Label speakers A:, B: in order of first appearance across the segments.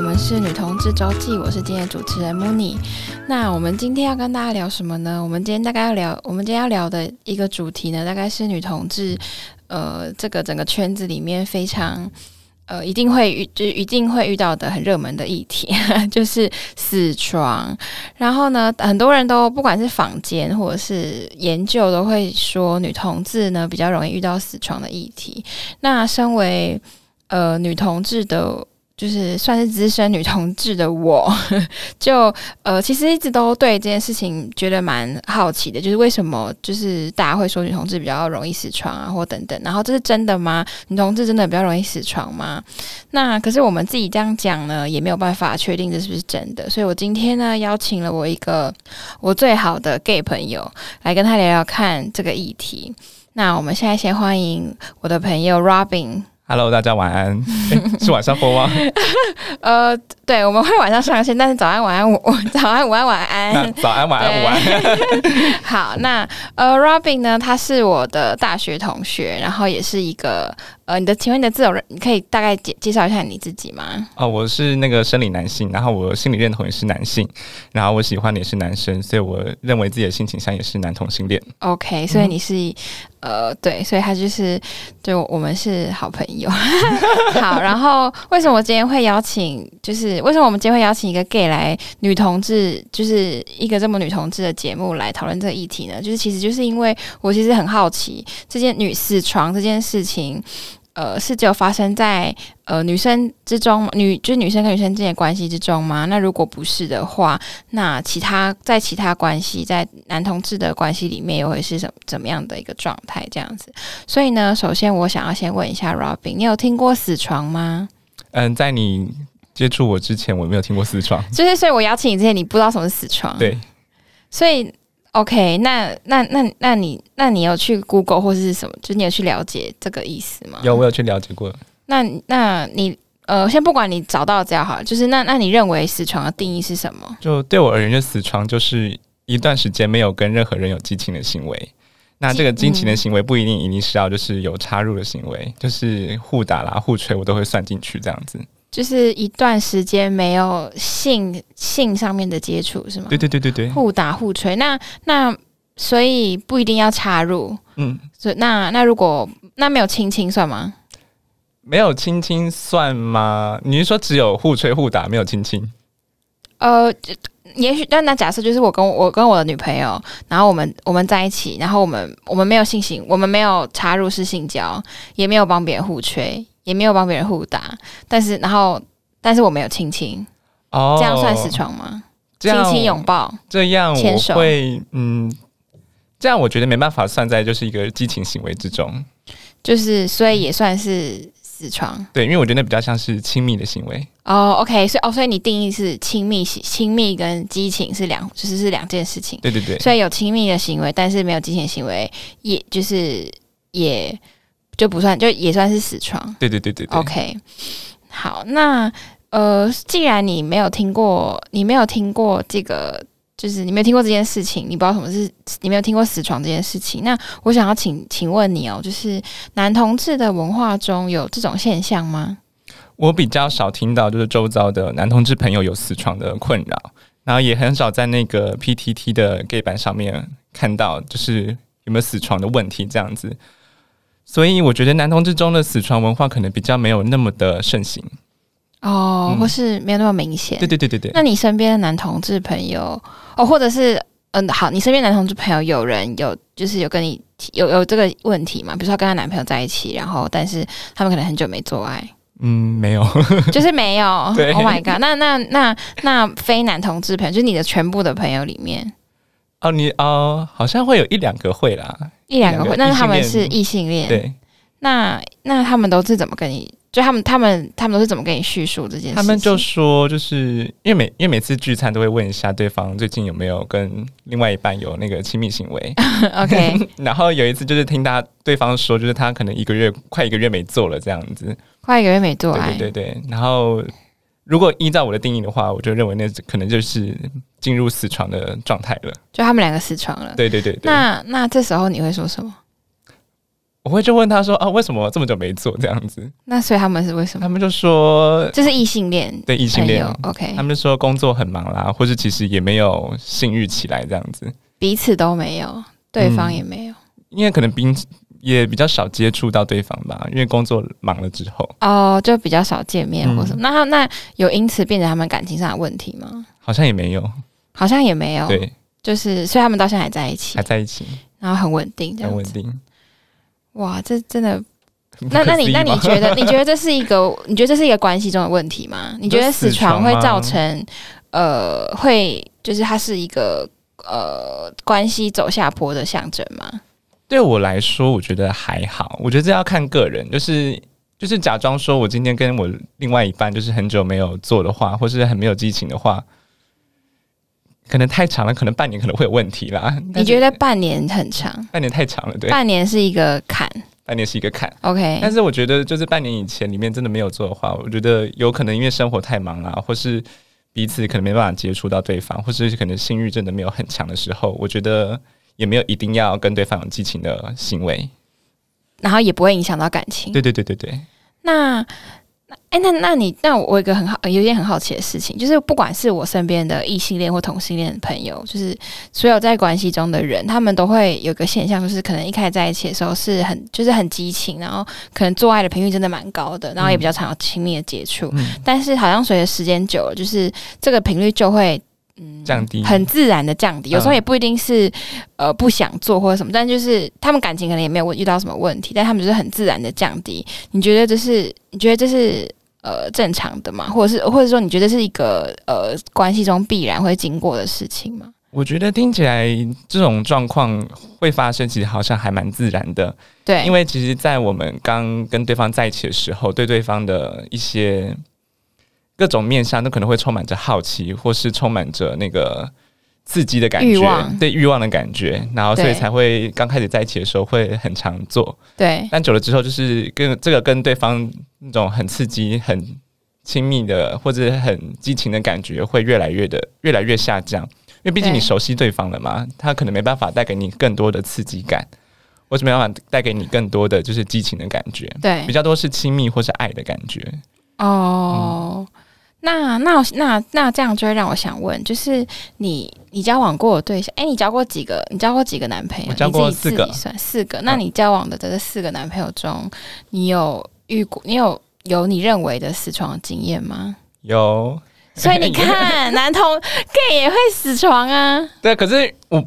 A: 们是女同志周记，我是今天的主持人 Mooney。那我们今天要跟大家聊什么呢？我们今天大概要聊，我们今天要聊的一个主题呢，大概是女同志，呃，这个整个圈子里面非常。呃，一定会遇，就一定会遇到的很热门的议题， 就是死床。然后呢，很多人都不管是坊间或者是研究，都会说女同志呢比较容易遇到死床的议题。那身为呃女同志的，就是算是资深女同志的我， 就呃其实一直都对这件事情觉得蛮好奇的，就是为什么就是大家会说女同志比较容易死床啊，或等等。然后这是真的吗？女同志真的比较容易死床吗？那可是我们自己这样讲呢，也没有办法确定这是不是真的。所以我今天呢，邀请了我一个我最好的 gay 朋友来跟他聊聊看这个议题。那我们现在先欢迎我的朋友 Robin。
B: Hello，大家晚安。诶是晚上播吗？
A: 呃，对，我们会晚上上线，但是早安、晚安、我我 早安、午安、晚
B: 那
A: 安。
B: 早安、晚安、午安。
A: 好，那呃，Robin 呢，他是我的大学同学，然后也是一个呃，你的请问你的自由人，你可以大概介介绍一下你自己吗？
B: 哦，我是那个生理男性，然后我心理认同也是男性，然后我喜欢的也是男生，所以我认为自己的性倾向也是男同性恋。
A: OK，所以你是、呃，对，所以他就是就我们是好朋友。好，然后为什么我今天会邀请，就是为什么我们今天会邀请一个 gay 来女同志，就是一个这么女同志的节目来讨论这个议题呢？就是其实就是因为我其实很好奇这件女死床这件事情。呃，是只有发生在呃女生之中吗，女就是女生跟女生之间的关系之中吗？那如果不是的话，那其他在其他关系，在男同志的关系里面，又会是什怎么样的一个状态？这样子。所以呢，首先我想要先问一下 Robin，你有听过死床吗？
B: 嗯，在你接触我之前，我没有听过私创。
A: 就是，所以我邀请你之前，你不知道什么是死床，，
B: 对，
A: 所以 OK，那那那那你那你有去 Google 或是什么？就是你有去了解这个意思吗？
B: 有我有去了解过。
A: 那那你呃，先不管你找到的资料好了，就是那那你认为死床的定义是什么？
B: 就对我而言，就死床就是一段时间没有跟任何人有激情的行为。那这个激情的行为不一定一定是要就是有插入的行为，就是互打啦、互吹，我都会算进去这样子。
A: 就是一段时间没有性性上面的接触是吗？
B: 对对对对对，
A: 互打互吹，那那所以不一定要插入，
B: 嗯，
A: 所以那那如果那没有亲亲算吗？
B: 没有亲亲算吗？你是说只有互吹互打没有亲亲？
A: 呃，也许但那假设就是我跟我我跟我的女朋友，然后我们我们在一起，然后我们我们没有性行，我们没有插入式性交，也没有帮别人互吹，也没有帮别人互打，但是然后但是我没有亲亲，
B: 哦
A: 这样算死床吗？
B: 这
A: 亲
B: 样
A: 亲拥抱，
B: 这样
A: 牵
B: 我
A: 手
B: 会嗯，这样我觉得没办法算在就是一个激情行为之中。
A: 就是所以也算是死床。
B: 对，因为我觉得那比较像是亲密的行为。
A: 哦、o k 所以哦，所以你定义是亲密行、亲密跟激情是两，就是是两件事情。
B: 对对对，
A: 所以有亲密的行为，但是没有激情行为，也就是也就不算，就也算是死床。
B: 对对对对对。
A: OK，好，那呃，既然你没有听过，你没有听过这个，就是你没有听过这件事情，你不知道什么是，你没有听过死床这件事情。那我想要请请问你哦，就是男同志的文化中有这种现象吗？
B: 我比较少听到就是周遭的男同志朋友有死床的困扰，然后也很少在那个 PTT 的 gay 版上面看到就是有没有死床的问题这样子。所以我觉得男同志中的死床文化可能比较没有那么的盛行。
A: 哦，
B: 嗯
A: 或是没有那么明显。
B: 对对对对对，
A: 那你身边的男同志朋友，哦，或者是嗯，好，你身边男同志朋友有人有就是有跟你提有有这个问题吗？比如说她跟她男朋友在一起，然后但是他们可能很久没做 爱，
B: 嗯，没有，
A: 就是没有。
B: 对
A: Oh my god！那那那那非男同志朋友，就是你的全部的朋友里面
B: 哦，你哦，好像会有一两个会啦，
A: 一两个会，
B: 两个
A: 但是他们
B: 异性
A: 是
B: 恋
A: 异性恋，，
B: 对
A: 那那他们都是怎么跟你？就他们他们他们都是怎么跟你叙述这件事情？
B: 他们就说，就是因为每因为每次聚餐都会问一下对方最近有没有跟另外一半有那个亲密行为，
A: OK，
B: 然后有一次就是听他对方说，就是他可能一个月快一个月没做了这样子，
A: 快一个月没做爱，
B: 对对对对，然后。如果依照我的定义的话，我就认为那可能就是进入死床的状态了。
A: 呃就他们两个死床了。
B: 对对对对，
A: 那那这时候你会说什么？
B: 我会就问他说啊，为什么这么久没做这样子？
A: 那所以他们是为什么？
B: 他们就说
A: 这是异性恋
B: 对异性
A: 朋
B: 恋
A: 友，，OK，
B: 他们就说工作很忙啦，或是其实也没有性欲起来这样子，
A: 彼此都没有，对方也没有。
B: 因为可能平也比较少接触到对方吧，因为工作忙了之后，
A: 哦，就比较少见面
B: 嗯
A: 或什么。那他那有因此变成他们感情上的问题吗？
B: 好像也没有、
A: 好像也没有，
B: 对，
A: 就是所以他们到现在还在一起
B: 还，在一起，
A: 然后很稳定，这
B: 很
A: 样
B: 稳
A: 子。
B: 定。
A: 哇，这真 的
B: 很 不
A: 那
B: 可
A: 那你
B: 思议
A: 那你
B: 吧
A: 觉得你觉得这是一 个你觉得这是一个关系中的问题吗？你觉得死床会造成呃会就是它是一个呃关系走下坡的象征吗？
B: 对我来说，我觉得还好。我觉得这要看个人，就是就是假装说我今天跟我另外一半就是很久没有做的话，或是很没有激情的话，可能太长了，可能半年可能会有问题啦。但
A: 你
B: 是
A: 觉得半年很长，
B: 半年太长了，对，
A: 半年是一个坎
B: 半年是一个坎。
A: ，OK？
B: 但是我觉得，就是半年以前里面真的没有做的话，我觉得有可能因为生活太忙啦，啊或是彼此可能没办法接触到对方，或是可能性欲真的没有很强的时候，我觉得也没有一定要跟对方有激情的行为。
A: 然后也不会影响到感情。
B: 对对对对对。
A: 那哎、那那你那我有一个很好有一件很好奇的事情，就是不管是我身边的异性恋或同性恋的朋友，就是所有在关系中的人，他们都会有个现象，就是可能一开始在一起的时候是很就是很激情，然后可能做爱的频率真的蛮高的，然后也比较常有亲密的接触，
B: 嗯
A: 但是好像随着时间久了，就是这个频率就会。嗯
B: 降低
A: 很自然的降低，有时候也不一定是、呃不想做或者什么，但就是他们感情可能也没有遇到什么问题，但他们就是很自然的降低。你觉得这是你觉得这是呃正常的吗？或者是或者说你觉得是一个呃关系中必然会经过的事情吗？
B: 我觉得听起来这种状况会发生，其实好像还蛮自然的。
A: 对，
B: 因
A: 为
B: 为其实，在我们刚跟对方在一起的时候，对对方的一些各种面向都可能会充满着好奇，或是充满着那个刺激的感觉，
A: 欲望
B: 对欲望的感觉，然后所以
A: 对
B: 才会刚开始在一起的时候会很常做，
A: 对
B: 但久了之后，就是跟这个跟对方那种很刺激、很亲密的或者很激情的感觉会越来越的越来越下降，因为毕竟
A: 对
B: 你熟悉对方了嘛，他可能没办法带给你更多的刺激感，或是没办法带给你更多的就是激情的感觉，
A: 对
B: 比较多是亲密或是爱的感觉。
A: 哦。那那那那这样就会让我想问，就是你你交往过的对象，哎、你交过几个？你交过几个男朋友？
B: 我交过
A: 你自己
B: 四个嗯
A: 自己算四个。那你交往的这四个男朋友中，你有遇过？你有有你认为的死床的经验 吗？
B: 有
A: 所以你看，男同 gay 也会死床啊。
B: 对，可是我。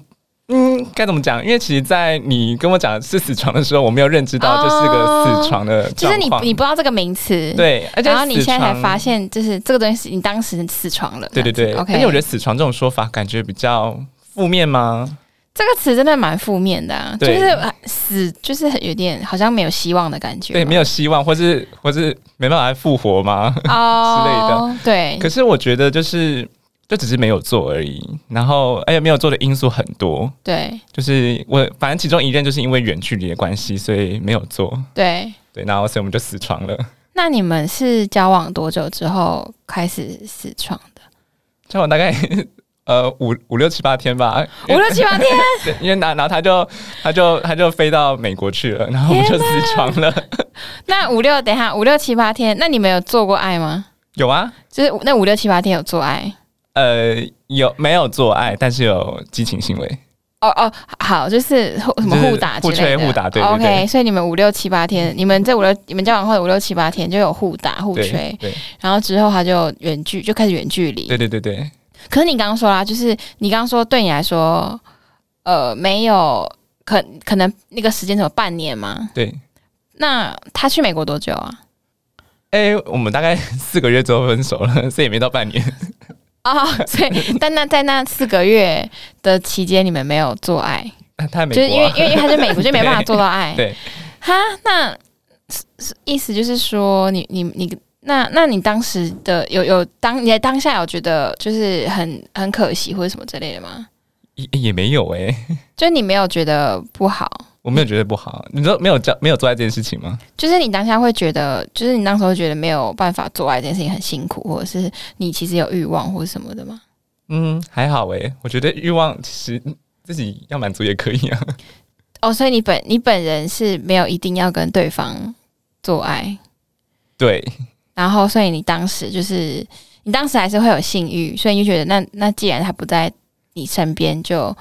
B: 嗯，该怎么讲？因为其实，在你跟我讲是死床的时候，我没有认知到这是个
A: 哦
B: 死床的
A: 就
B: 状
A: 是
B: 况、
A: 你你不知道这个名词，，
B: 对，而且
A: 然后你
B: 死
A: 现在才
B: 床
A: 发现，就是这个东西是你当时死床了。
B: 对对对
A: ，OK。
B: 而且我觉得“死床”这种说法感觉比较负面吗？
A: 这个词真的蛮负面的、啊，就
B: 对
A: 是啊死，就是有点好像没有希望的感觉嘛。
B: 对，没有希望，或是或是没办法复活吗？
A: 哦之类
B: 可
A: 对，
B: 是我觉得就是就只是没有做而已，然后而且没有做的因素很多，
A: 对
B: 就是我反正其中一任就是因为远距离的关系，所以没有做，
A: 对。
B: 对，然后所以我们就死床 了。
A: 那你们是交往多久之后开始死床的？
B: 交往大概呃五五六七八天吧，
A: 五六七八 天，
B: 对因为然然后他就他就他就飞到美国去了，然后我们就死床了。
A: 那五六等一下五六七八天，那你们有做过爱吗？
B: 有啊，
A: 就是那五六七八天有做爱？
B: 呃，有没有做爱，但是有激情行为，
A: 哦哦，好，就是互什么
B: 就是
A: 互打之
B: 互
A: 类的
B: 吹互打对对
A: OK，
B: 对
A: 所以你们五六七八天，你们这五六你们交往后的五六七八天就有互打互
B: 对
A: 吹，
B: 对
A: 然后之后他就远距就开始远距离。
B: 对对对对，
A: 可是你刚刚说啦，就是你刚刚说对你来说，呃，没有可可能那个时间怎么半年吗？
B: 对。
A: 那他去美国多久 啊？
B: 哎、我们大概四个月之后分手了，所以也没到半年。
A: 哦，所以但那在那四个月的期间，你们没有做爱，
B: 他他在
A: 就是
B: 美
A: 因
B: 国、
A: 为
B: 啊，
A: 因为因为他在美国，就没办法做到爱。
B: 对，
A: 哈，那是是意思就是说，你你你，那那你当时的有有当你在当下有觉得就是很很可惜或者什么之类的吗？
B: 也也没有哎、
A: 就你没有觉得不好，
B: 我没有觉得不好。你说没有做没有做爱这件事情吗？
A: 就是你当下会觉得，就是你当时候觉得没有办法做爱这件事情很辛苦，或者是你其实有欲望或者什么的吗？
B: 嗯，还好哎、我觉得欲望其实自己要满足也可以啊。
A: 哦，所以你本你本人是没有一定要跟对方做爱，
B: 对，
A: 然后所以你当时就是你当时还是会有性欲，所以你就觉得那那既然他不在你身边，就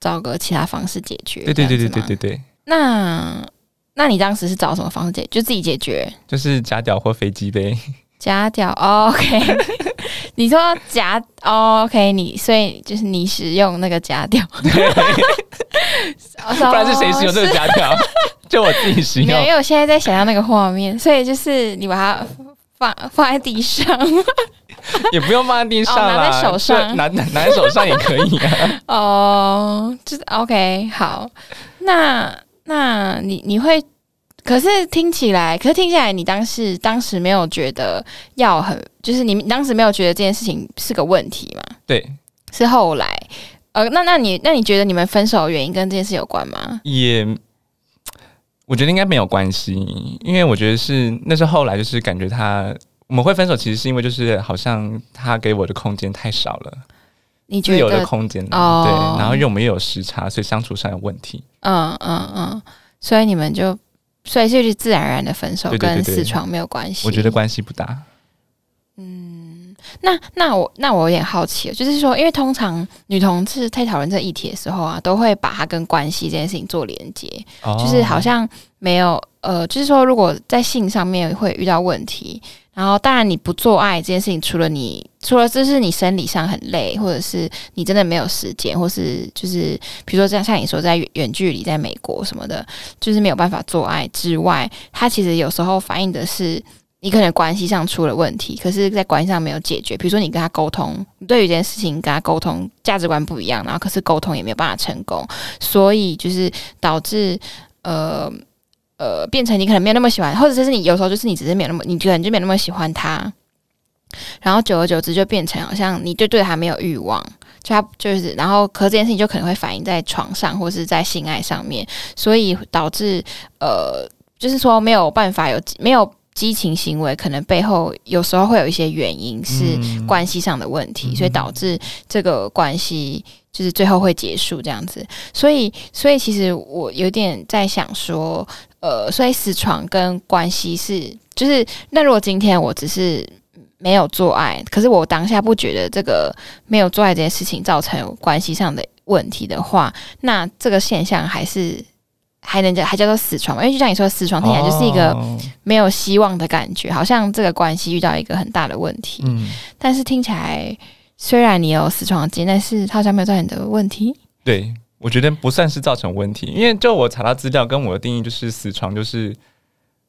A: 找个其他方式解决。
B: 对对对
A: 这
B: 对
A: 样子
B: 对
A: 吗
B: 对对，
A: 那那你当时是找什么方式解决？就自己解决
B: 就是假屌或飞机呗。
A: 夹掉、哦、？OK，你说夹、哦、？OK，你所以就是你使用那个夹掉，不
B: 不然是谁使用这个假条？就我自己使
A: 哦没有，因
B: 用。
A: 为我现在在想象那个画面，所以就是你把它放放在地上。
B: 也不用放在地上
A: 哦
B: 啦，
A: 拿在手上
B: 就拿拿拿在手上也可以啊。
A: 哦，就是 OK，好，那那你你会，可是听起来，可是听起来，你当时当时没有觉得要很，就是你当时没有觉得这件事情是个问题嘛？
B: 对，
A: 是后来，呃，那那你那你觉得你们分手的原因跟这件事有关吗？
B: 也我觉得应该没有关系，因为我觉得是那是后来就是感觉他我们会分手，其实是因为就是好像他给我的空间太少了，
A: 你
B: 自
A: 觉
B: 由的
A: 得，
B: 空间
A: 哦
B: 对，然后因为我们又有时差，所以相处上有问题。
A: 嗯嗯嗯，所以你们就，所以就是自然而然的分手，
B: 对对对
A: 跟
B: 对
A: 四床没有关系。
B: 我觉得关系不大，
A: 那那我那我有点好奇了，哦就是说，因为通常女同志在讨论这议题的时候啊，都会把它跟关系这件事情做连接，
B: 哦
A: 就是好像没有呃，就是说，如果在性上面会遇到问题，然后当然你不做爱这件事情，除了你除了这是你生理上很累，或者是你真的没有时间，或是就是比如说像像你说在远远距离在美国什么的，就是没有办法做爱之外，它其实有时候反映的是。你可能关系上出了问题，可是，在关系上没有解决。比如说，你跟他沟通，你对于这件事情跟他沟通价值观不一样，然后可是沟通也没有办法成功，所以就是导致呃呃，变成你可能没有那么喜欢，或者是你有时候就是你只是没有那么，你可能就没有那么喜欢他，然后久而久之就变成好像你就对他没有欲望，就他就是，然后可是这件事情就可能会反映在床上或是在性爱上面，所以导致呃，就是说没有办法有没有激情行为，可能背后有时候会有一些原因是
B: 嗯
A: 关系上的问题，
B: 嗯
A: 所以导致这个关系就是最后会结束这样子。所以，所以其实我有点在想说，呃，所以死床跟关系是，就是那如果今天我只是没有做爱，可是我当下不觉得这个没有做爱这件事情造成关系上的问题的话，那这个现象还是。还能叫还叫做死床吗？因为就像你说，死床听起来就是一个
B: 哦
A: 没有希望的感觉，好像这个关系遇到一个很大的问题。
B: 嗯，
A: 但是听起来，虽然你有死床的经验，但是它好像没有造成你的问题。
B: 对，我觉得不算是造成问题，因为就我查到资料跟我的定义就是死床就是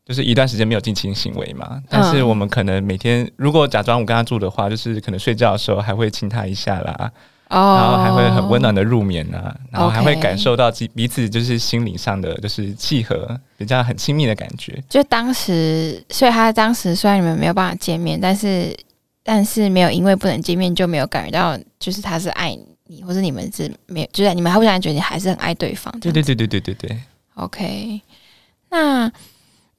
B: 就是一段时间没有进行行为
A: 嗯
B: 嘛，但是我们可能每天如果假装我跟他住的话，就是可能睡觉的时候还会亲他一下啦，
A: 哦，
B: 然后还会很温。暖的入眠啊，然后还会
A: OK
B: 感受到自彼此就是心灵上的就是契合，比较很亲密的感觉。
A: 就当时，所以他当时虽然你们没有办法见面，但是但是没有因为不能见面就没有感觉到，就是他是爱你，或者你们是没有，就是你们还会让人觉得你还是很爱对方。
B: 对对对对对对对，
A: OK，那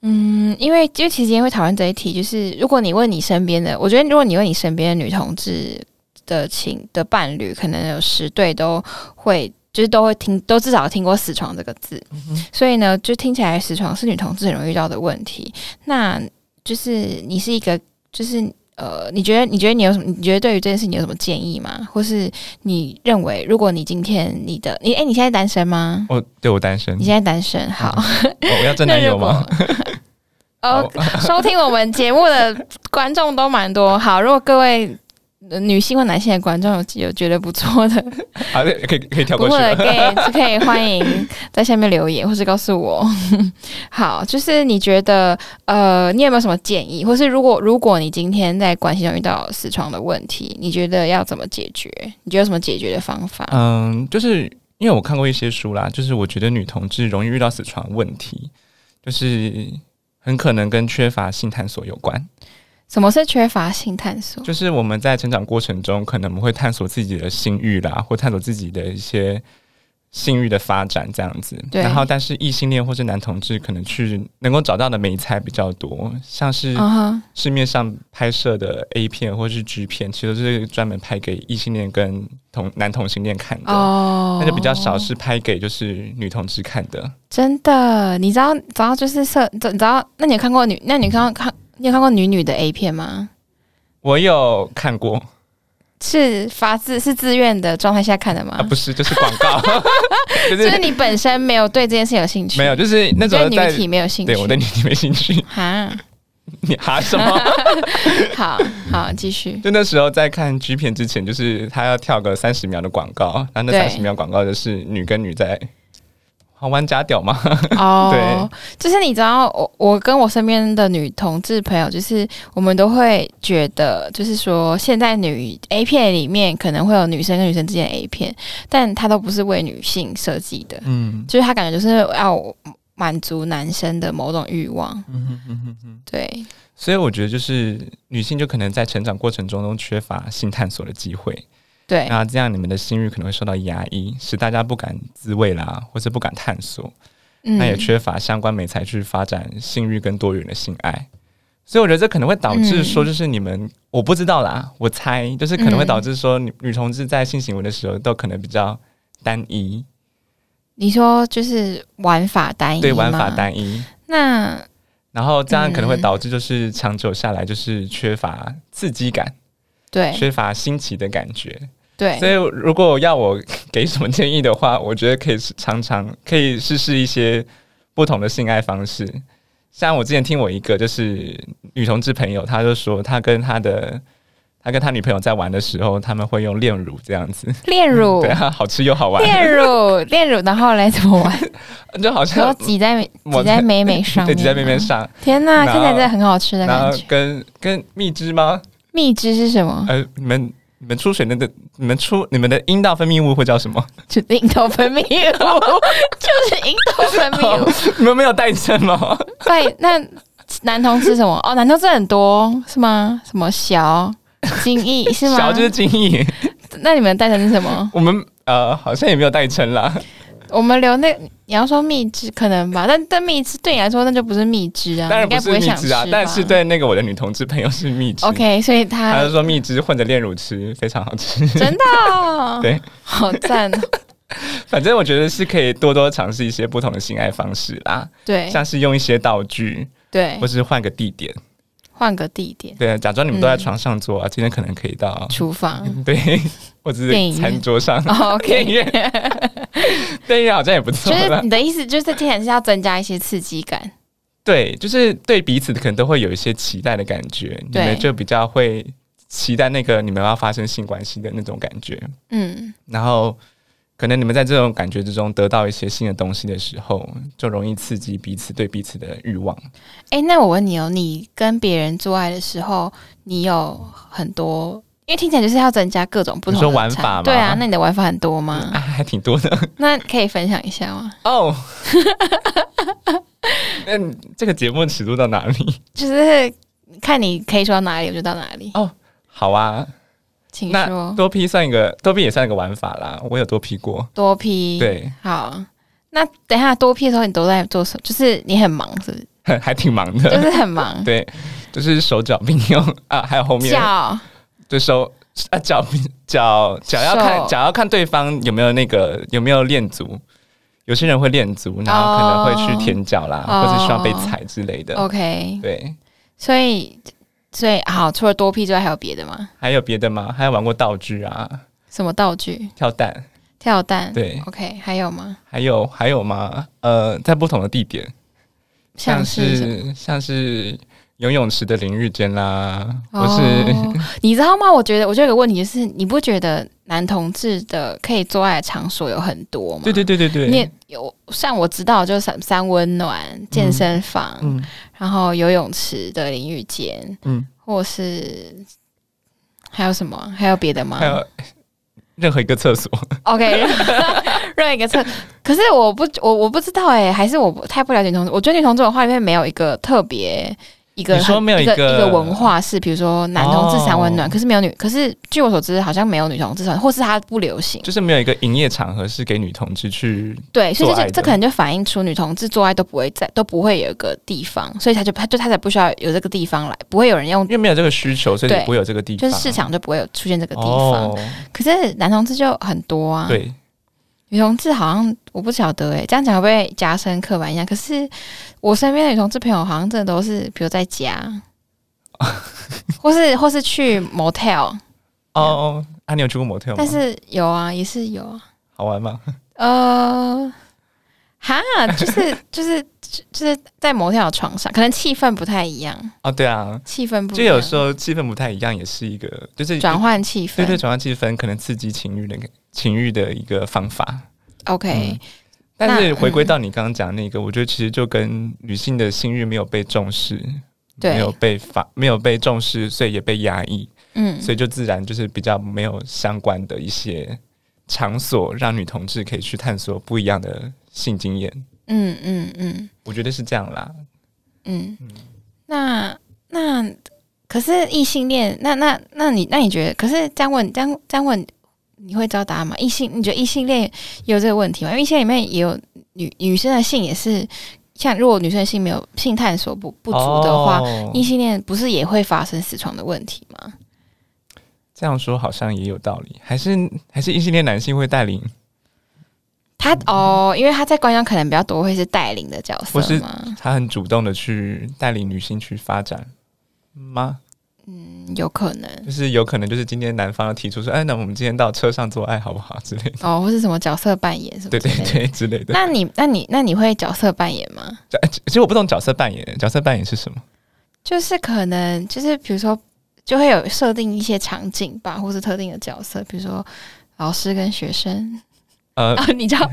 A: 嗯，因为就其实今天会讨论这一题，就是如果你问你身边的，我觉得如果你问你身边的女同志的情的伴侣，可能有十对都会。就是都会听，都至少听过“死床”这个字，所以呢，就听起来“死床”是女同志很容易遇到的问题。那就是你是一个，就是呃，你觉得你觉得你有什么？你觉得对于这件事情你有什么建议吗？或是你认为，如果你今天你的你哎、你现在单身吗？
B: 我对我单身，
A: 你现在单身，好，
B: 哦我要真 男友吗？
A: 那如果？哦，收听我们节目的观众都蛮多。好，如果各位呃女性或男性的观众有有觉得不错 的，
B: 好，可以可以跳
A: 不
B: 过去啊
A: 错的
B: 了。
A: gay 是可以欢迎在下面留言，或是告诉我。好，就是你觉得呃，你有没有什么建议，或是如果如果你今天在关系中遇到死床的问题，你觉得要怎么解决？你觉得有什么解决的方法？
B: 嗯，就是因为我看过一些书啦，就是我觉得女同志容易遇到死床问题，就是很可能跟缺乏性探索有关。
A: 什么是缺乏性探索？
B: 就是我们在成长过程中，可能我们会探索自己的性欲啦，或探索自己的一些性欲的发展这样子。
A: 对
B: 然后，但是异性恋或是男同志可能去能够找到的美材比较多，像是
A: 嗯哼，
B: 市面上拍摄的 A 片或是 G 片，其实都是专门拍给异性恋跟同男同性恋看的。
A: 哦，
B: 啊那就比较少是拍给就是女同志看的，
A: 真的，你知道，知道就是色，你知道？那你有看过女？那你看过看？你有看过女女的 A 片吗？
B: 我有看过
A: 是发自是自愿的状态下看的吗？
B: 啊，不是，就是广告，就
A: 就是
B: 是
A: 你本身没有对这件事有兴趣，
B: 没有，就是那
A: 你对
B: 种在
A: 女体没有兴趣。
B: 对我对女体没 兴趣，
A: 哈，
B: 你哈什么？
A: 好好继续。
B: 就那时候在看 G 片之前，就是他要跳个三十秒的广告，然后那
A: 对
B: 三十秒广告就是女跟女在好玩假屌嘛，
A: 哦，就是你知道，我我跟我身边的女同志朋友，就是我们都会觉得，就是说现在女 A 片里面可能会有女生跟女生之间的 A 片，但它都不是为女性设计的，
B: 嗯，
A: 就是它感觉就是要满足男生的某种欲望。
B: 嗯
A: 对，
B: 所以我觉得就是女性就可能在成长过程中都缺乏性探索的机会，
A: 对，
B: 那这样你们的性欲可能会受到压抑，使大家不敢自慰啦，或是不敢探索，
A: 嗯
B: 那也缺乏相关美才去发展性欲跟多元的性爱。所以我觉得这可能会导致说，就是你们、我不知道啦，我猜就是可能会导致说女女同志在性行为的时候都可能比较单一，
A: 你说就是玩法单一，
B: 对玩法。单一，
A: 那
B: 然后这样可能会
A: 嗯
B: 导致就是长久下来就是缺乏刺激感，
A: 对
B: 缺乏新奇的感觉。
A: 对
B: 所以如果要我给什么建议的话，我觉得可以试常常可以试试一些不同的性爱方式。像我之前听我一个就是女同志朋友，她就说她跟她的她跟她女朋友在玩的时候，他们会用炼乳这样子，
A: 炼乳
B: 对，啊，好吃又好玩，
A: 哦炼 乳，炼乳，然后来怎么玩？
B: 就
A: 然后
B: 好像
A: 挤在挤
B: 抹
A: 在美美上，
B: 对挤在面面。上，
A: 天呐，
B: 然后
A: 看起来真的很好吃的
B: 然
A: 感
B: 后
A: 觉。
B: 跟跟蜜汁吗？
A: 蜜汁是什 么？
B: 呃，你们你们出水那个，你们出你们的阴道分泌物会叫什么？
A: 就樱桃分泌物， 就是樱桃分泌物。
B: 你们没有带针吗？
A: 对，那男同吃什么？哦，男同吃很多是吗？什么小精益是吗？
B: 小就是精液，
A: 那你们带的是什么？
B: 我们呃好像也没有带针啦。
A: 我们留那你要说蜜汁可能吧，但但蜜汁对你来说那就不是蜜汁啊，
B: 当然
A: 你应该
B: 是
A: 会
B: 蜜
A: 想吃
B: 汁啊
A: 吧，
B: 但是对那个我的女同志朋友是蜜汁。
A: OK，所以
B: 她
A: 他
B: 就说蜜汁混着炼乳吃非常好吃，
A: 真的哦
B: 对，
A: 好赞哦，
B: 反正我觉得是可以多多尝试一些不同的性爱方式啦，
A: 对
B: 像是用一些道具，
A: 对
B: 或，是换个地点，
A: 换个地点，
B: 对，假装你们都在
A: 嗯
B: 床上做啊，今天可能可以到，
A: 厨房。
B: 对， 或者
A: 嗯电影
B: 是
A: 院
B: 餐桌上，
A: 哦
B: 电影
A: OK，
B: 院，电影院好像也不错
A: 就
B: 啦
A: 是。你的意思，就是天然是要增加一些刺激感，
B: 对，就是对彼此可能都会有一些期待的感觉，你
A: 对
B: 们就比较会期待那个你们要发生性关系的那种感觉，
A: 嗯，
B: 然后可能你们在这种感觉之中得到一些新的东西的时候，就容易刺激彼此对彼此的欲望。
A: 哎、那我问你哦，你跟别人做爱的时候，你有很多，因为听起来就是要增加各种不同
B: 你说
A: 的
B: 玩
A: 场
B: 法吗
A: 对啊，那你的玩法很多吗？
B: 啊，还挺多的
A: 那可以分享一下吗？
B: 哦。 那你这个节目尺度到哪里？
A: 就是看你可以说到哪里，我就到哪里，
B: 好啊，
A: 请
B: 那
A: 说。
B: 多批算一个，多批也算一个玩法啦。我有多批过，
A: 多批，，
B: 对，
A: 好。那等一下多批的时候，你都在做什么？就是你很忙，是不 是？
B: 还还挺忙的。
A: 就是很忙，
B: 对，就是手脚并用啊，还有后面
A: 叫
B: 就手啊脚并脚脚要看
A: 手
B: 脚要看对方有没有那个有没有练足，有些人会练足，然后可能会去舔脚啦，
A: 哦
B: 或者需要被踩之类的。
A: OK。
B: 对，
A: 所以，所以好，除了多批之外，还有别的吗？
B: 还有别的吗？还有玩过道具啊，
A: 什么道具？
B: 跳蛋，
A: 跳蛋，
B: 对
A: ，OK，还有吗？
B: 还有还有吗？呃，在不同的地点，像
A: 是什么
B: 是像是游泳池的淋浴间啦，或是
A: 哦，你知道吗？我觉得，我就有个问题，就是你不觉得男同志的可以做爱的场所有很多吗？
B: 对对对对
A: 你
B: 对
A: 也，有像我知道，就是三三温暖健身房，
B: 嗯
A: 然后游泳池的淋浴间，
B: 嗯，
A: 或是还有什么？还有别的吗
B: 还有任何一个厕所。
A: ？OK，任任何一个厕，可是欸我不，我我不知道哎、还是我不太不了解女同志。我觉得女同志文化里面没有一个特别一个
B: 你说没有
A: 一
B: 一
A: 个
B: 个
A: 个文化是，比如说男同志才温暖，
B: 哦
A: 可是没有女，可是据我所知好像没有女同志才，或是它不流行。
B: 就是没有一个营业场合是给女同志去
A: 对，所以
B: 做
A: 这
B: 爱
A: 就
B: 的
A: 这可能就反映出女同志做爱都不会在都不会有一个地方，所以他就他就他才不需要有这个地方来，不会有人用
B: 因，为没有这个需求，所以
A: 对
B: 你不会有这个地
A: 就
B: 方，
A: 是市场就不会有出现这个地方。嗯
B: 哦、
A: 可是男同志就很多啊，
B: 对，
A: 女同志好像我不晓得哎、欸，这样讲会不会加深刻板印象？可是我身边的女同志朋友好像真的都是，比如在 家，或是或是去 motel，
B: 哦哦，啊，你有去过模特吗？
A: 但是有啊，也是有啊，
B: 好玩吗？
A: 呃，哈，就是就是就是在 motel 的床上，可能气氛不太一样，
B: 哦，对啊，
A: 气氛不
B: 就
A: 一样
B: 有时候气氛不太一样，也是一个就是
A: 转换气氛，
B: 对对转换气氛，可能刺激情欲的情欲的一个方法。
A: o k
B: 嗯但是
A: 那嗯
B: 回归到你刚刚讲的那个，我觉得其实就跟女性的性欲没有被重视，
A: 对
B: 没有被发，没有被重视，所以也被压抑，
A: 嗯，
B: 所以就自然就是比较没有相关的一些场所，让女同志可以去探索不一样的性经验。
A: 嗯嗯嗯
B: 我觉得是这样啦。
A: 嗯，那那可是异性恋，那那那你那你觉得，可是这样问这样这样问，你会知道答案吗？异性你觉得异性恋也有这个问题吗？因为异性恋里面也有女女生的性也是，像如果女生的性没有性探索不不足的话，
B: 哦
A: 异性恋不是也会发生死床的问题吗？
B: 这样说好像也有道理，还是还是异性恋男性会带领，
A: 他哦，因为他在官方可能比较多会是带领的角色
B: 或是
A: 嘛，
B: 他很主动的去带领女性去发展吗？
A: 嗯有可能
B: 就是有可能就是今天男方要提出说，哎，那我们今天到车上做爱好不好之类 的，
A: 哦，或是什么角色扮演什么
B: 对
A: 之类
B: 对
A: 的。
B: 对之类的。
A: 那你那你那你会角色扮演吗？
B: 就哎其其实我不懂角色扮演，角色扮演是什么？
A: 就是可能就是比如说，就会有设定一些场景吧，或是特定的角色，比如说老师跟学生。
B: 呃，
A: 啊，你知道，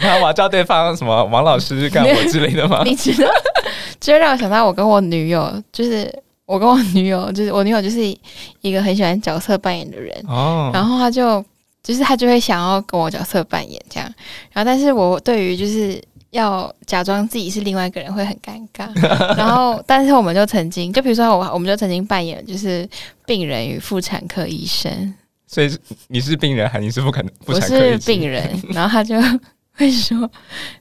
B: 那我要叫对方什么王老师干我之类的 吗？
A: 你知道，就让我想到我跟我女友，就是我跟我女友，就是我女友就是一个很喜欢角色扮演的人，
B: 哦，
A: 然后她就就是她就会想要跟我角色扮演这样，然后但是我对于就是。要假装自己是另外一个人会很尴尬， 然后但是我们就曾经，就比如说我，我们就曾经扮演就是病人与妇产科医生，
B: 所以是你是病人还你是不可能不
A: 我
B: 产科医
A: 是
B: 师
A: 病人， 然后他就会说，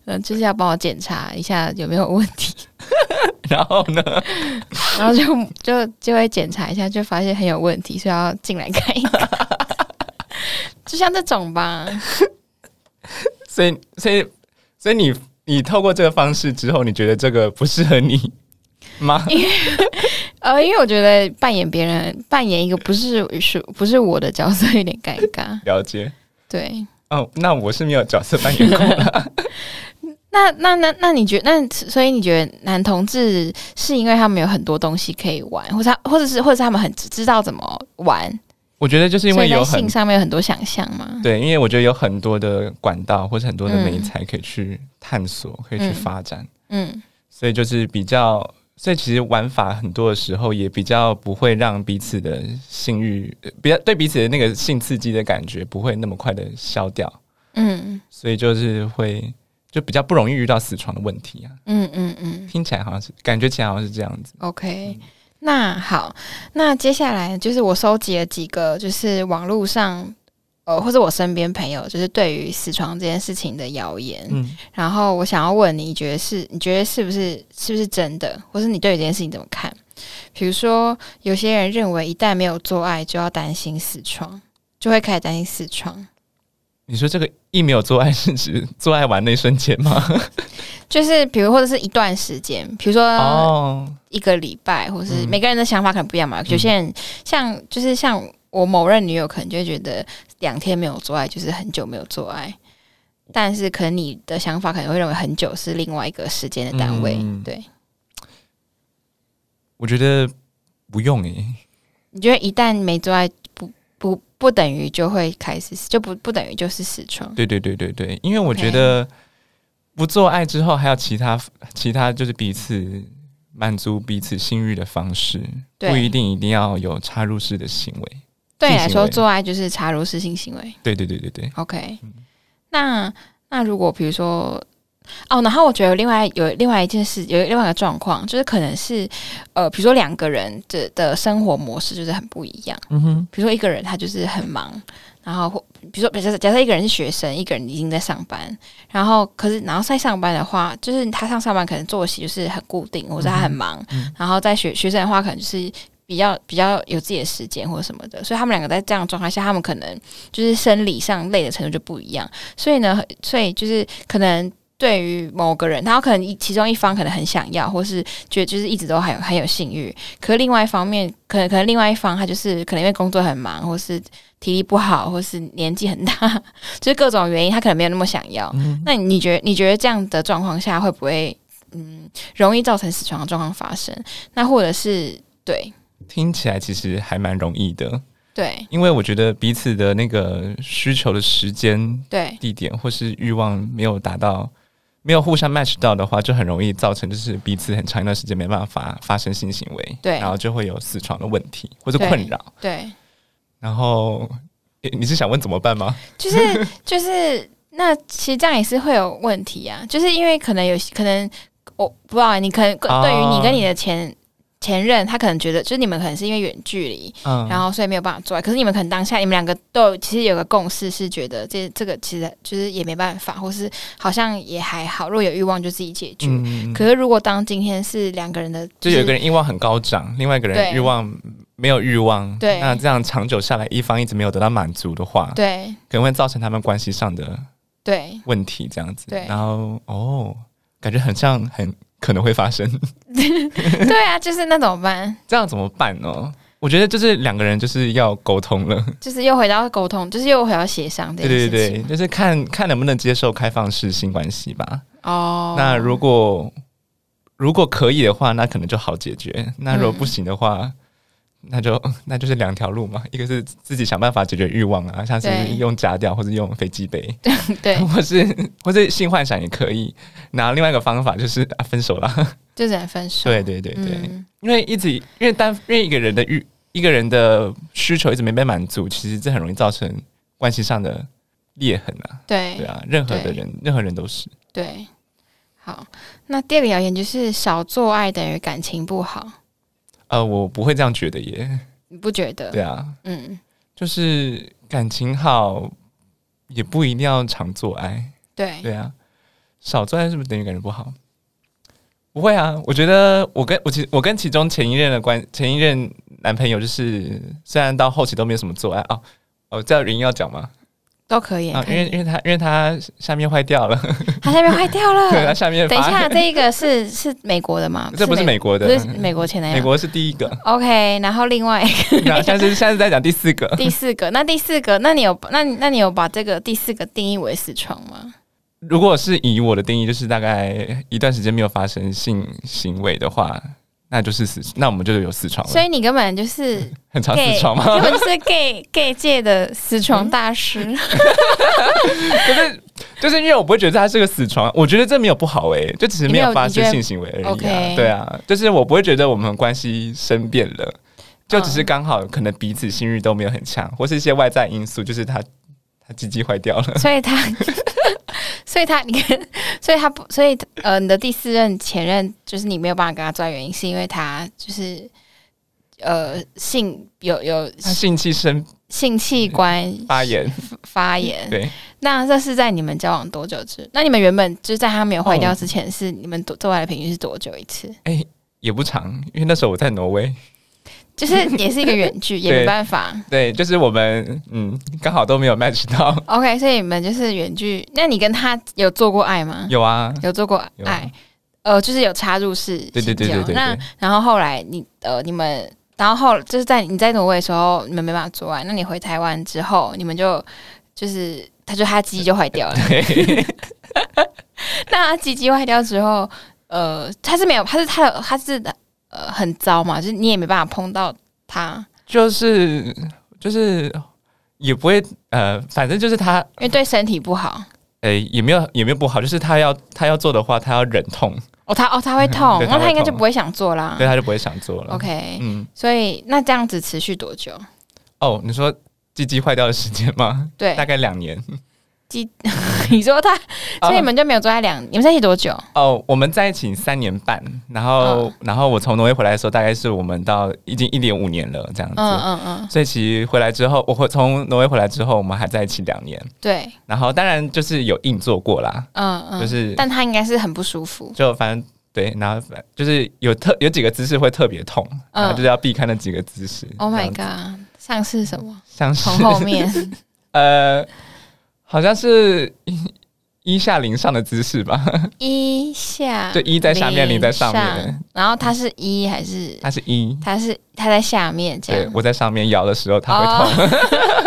A: 嗯，就是要帮我检查一下有没有 问题，
B: 然后呢？
A: 然后就就就会检查一下，就发现很有问题，所以要进来看一 看，就像这种吧，
B: 所以所以所以你你透过这个方式之后，你觉得这个不适合你 吗？
A: 呃，因为我觉得扮演别人扮演一个不是是不是我的角色有点尴尬，
B: 了解。
A: 对。
B: 哦，那我是没有角色扮演过 啦。
A: 那那那那你觉那所以你觉得男同志是因为他们有很多东西可以玩，或者他或者是或者是他们很知道怎么玩，
B: 我觉得就是因
A: 所
B: 为
A: 以在
B: 有
A: 性
B: 很
A: 上面有很多想象吗？
B: 对，因为我觉得有很多的管道或者很多的
A: 嗯
B: 媒材可以去探索，可以去发展，
A: 嗯
B: 所以就是比较，所以其实玩法很多的时候也比较不会让彼此的性欲，呃比较对彼此的那个性刺激的感觉不会那么快的消掉，
A: 嗯
B: 所以就是会就比较不容易遇到死床的问题啊。
A: 嗯嗯嗯
B: 听起来好像是，感觉起来好像是这样子。
A: ，OK。那好，那接下来就是我收集了几个，就是网络上，呃，或者我身边朋友，就是对于死床这件事情的谣言。
B: 嗯，
A: 然后我想要问你，你觉得是？你觉得是不是是不是真的？或是你对于这件事情怎么看？比如说，有些人认为一旦没有做爱，就要担心死床，就会开始担心死床。
B: 你说这个一没有做爱是指做爱完那一瞬间吗？
A: 就是比如，或者是一段时间，比如说
B: 哦，
A: 一个礼拜，或是
B: 嗯
A: 每个人的想法可能不一样嘛。有些人像就是像我某任女友，可能就会觉得两天没有做爱就是很久没有做爱，但是可能你的想法可能会认为很久是另外一个时间的单位。
B: 嗯
A: 对，
B: 我觉得不用诶、
A: 你觉得一旦没做爱，不不不等于就会开始，就不不等于就是死床。
B: 对对对对对，因为我
A: OK
B: 觉得不做爱之后，还有其他其他就是彼此满足彼此性欲的方式，不
A: 对，
B: 一定一定要有插入式的行为。
A: 对你
B: 性
A: 来
B: 行
A: 说，
B: 为
A: 做爱就是插入式性行为。
B: 对对对对对，
A: OK，那那如果比如说，哦，然后我觉得另外有另外一件事，有另外一个状况，就是可能是呃，比如说两个人的的生活模式就是很不一样。
B: 嗯哼，
A: 比如说一个人他就是很忙，然后或比如说假设假设一个人是学生，一个人已经在上班，然后可是然后在上班的话，就是他上上班可能作息就是很固定，或者他很忙，
B: 嗯
A: 然后在学学生的话可能就是。比较比较有自己的时间或者什么的，所以他们两个在这样的状态下，他们可能就是生理上累的程度就不一样。所以呢，所以就是可能对于某个人，他可能一其中一方可能很想要，或是觉得就是一直都很有很有性欲，可是另外一方面，可能可能另外一方他就是可能因为工作很忙，或是体力不好，或是年纪很大， 就是各种原因，他可能没有那么想要。
B: 嗯
A: 那你觉得你觉得这样的状况下会不会嗯容易造成死床的状况发生？那或者是对
B: 听起来其实还蛮容易的，
A: 对
B: 因为我觉得彼此的那个需求的时间、
A: 对
B: 地点或是欲望没有达到。没有互相 match 到的话，就很容易造成就是彼此很长一段时间没办法发生性行为，
A: 对
B: 然后就会有死床的问题或者
A: 对
B: 困扰。
A: 对，
B: 然后诶你是想问怎么办吗？
A: 就是就是那其实这样也是会有问题啊，就是因为可能有可能我不知道啊你可能
B: 啊
A: 对于你跟你的前。前任他可能觉得，就是你们可能是因为远距离，
B: 嗯
A: 然后所以没有办法做爱。可是你们可能当下你们两个都有其实有个共识，是觉得这这个其实就是也没办法，或是好像也还好。如果有欲望就自己解决。
B: 嗯
A: 可是如果当今天是两个人的，
B: 就有一个人欲望很高涨，另外一个人
A: 对
B: 欲望没有欲望，
A: 对
B: 那这样长久下来，一方一直没有得到满足的话，
A: 对
B: 可能会造成他们关系上的
A: 对
B: 问题，这样子。
A: 对
B: 然后哦，感觉很像很可能会发生，
A: 对啊，就是那怎么办？
B: 这样怎么办呢？我觉得就是两个人就是要沟 通了，
A: 就是又回到沟通，就是又回到协商这
B: 对
A: 件事
B: 对
A: 情。
B: 对，就是看看能不能接受开放式性关系吧。
A: 哦，
B: 那如果如果可以的话，那可能就好解决；那如果不行的话，
A: 嗯
B: 那就 那就是两条路嘛，一个是自己想办法解决欲望啊，像是
A: 对
B: 用假屌或者用飞机杯，
A: 对，
B: 或是或是性幻想也可以。然后另外一个方法就是啊，分手啦。
A: 就只能分手。
B: 对对对对，
A: 嗯，
B: 因为一直因为单因为一个人的欲一个人的需求一直没被满足，其实这很容易造成关系上的裂痕啊。
A: 对
B: 对啊，任何的
A: 哎对
B: 人，任何人都是。
A: 对。好，那第二个谣言就是少做爱等于感情不好，
B: 呃，我不会这样觉得耶。
A: 你不觉得？
B: 对啊，
A: 嗯，
B: 就是感情好，也不一定要常做爱，
A: 对，
B: 对啊，少做爱是不是等于感觉不好？不会啊，我觉得我跟我其我跟其中前一任的关前一任男朋友，就是虽然到后期都没有什么做爱哦哦，这原因要讲吗？
A: 都可以。
B: 啊，
A: 可
B: 因
A: 以
B: 为因为他因为他下面坏掉了，
A: 它下面坏掉
B: 对，他
A: 了。
B: 下面
A: 嗯 等一
B: 发
A: 下，这一个是是美国的吗？
B: 这不是美国的
A: 不，是美国前男友。
B: 美国是第一 个，
A: OK，然后另外
B: 然后现在是现在是在讲第四个，
A: 第四个，那第四个，那你有那那你有把这个第四个定义为死床吗？
B: 如果是以我的定义，就是大概一段时间没有发生性行为的话，那就是死，那我们就有死床
A: 所
B: 了。
A: 以你根本就是
B: 很常
A: gay，
B: 啊死床
A: 根
B: 吗？嗯
A: 本就是 gay gay 界的死床大师。
B: 就是就是因为我不会觉得它是个死床，我觉得这没有不好诶、就只是没有发生性行为而
A: 你
B: 已
A: 没有你觉
B: 啊。
A: 得
B: 对啊，就是我不会觉得我们关系生变了，就只是刚好可能彼此性欲都没有很强，或是一些外在因素，就是他他鸡鸡坏掉了。
A: 所以他， 所以他，你看，所以他不，所以呃，你的第四任前任就是你没有办法跟他做爱，原因是因为他就是呃性有有
B: 他性器生
A: 性器官
B: 发炎，
A: 发炎。
B: 嗯对，
A: 那这是在你们交往多久之？那你们原本就是在他没有坏掉之前，是你们做做爱的平均是多久一次？
B: 也不长，因为那时候我在挪威，
A: 就是也是一个远 距，也没办法。
B: 对，就是我们嗯刚好都没有 match 到，
A: OK，所以你们就是远距。那你跟他有做过爱吗？
B: 有啊，
A: 有做过
B: 有
A: 爱，呃，就是有插入式性交。
B: 对对对对对
A: 那
B: 对
A: 然后后来你呃，你们然后后就是在你在挪威的时候，你们没办法做爱。那你回台湾之后，你们就就是他就他鸡鸡就坏掉了。
B: 对，
A: 那他鸡鸡坏掉之后，呃，他是没有，他是他有他是呃很糟嘛，就是你也没办法碰到他，
B: 就是就是也不会呃，反正就是他
A: 因为对身体不好。
B: 呃也没有也没有不好，就是他要他要做的话，他要忍痛，
A: 哦，他哦他会痛，
B: 对
A: 那
B: 他会
A: 他应该就
B: 痛啊
A: 不会想做啦
B: 所以。他就不会想做了。
A: OK，、
B: 嗯，
A: 所以那这样子持续多久？
B: 哦，你说鸡鸡坏掉的时间吗？
A: 对嗯
B: 大，概两年，
A: 几？ 你说他，
B: 啊
A: 所以你们就没有住在两？你们在一起多久？
B: 哦，我们在一起三年半，然后、
A: 嗯
B: 然后我从挪威回来的时候，大概是我们到已经一点五年了这样子。
A: 嗯嗯嗯，
B: 所以其实回来之后，我回从挪威回来之后，我们还在一起两年。
A: 对，
B: 然后当然就是有硬做过啦，
A: 嗯嗯，
B: 就是
A: 但他应该是很不舒服。
B: 就反正对，然后反就是有特有几个姿势会特别痛，
A: 嗯
B: 然后就是要避开那几个姿势。
A: Oh
B: 这
A: my
B: 样子
A: god！上次什么？
B: 像是
A: 从后 面
B: 呃，好像是一一下零上的姿势吧，
A: 一下，
B: 就一在下面，零在上面，，嗯
A: 然后他是一还是
B: 它是一。
A: 他是他在下面这
B: 对
A: 样，，
B: 我在上面摇的时候，它会痛，
A: 哦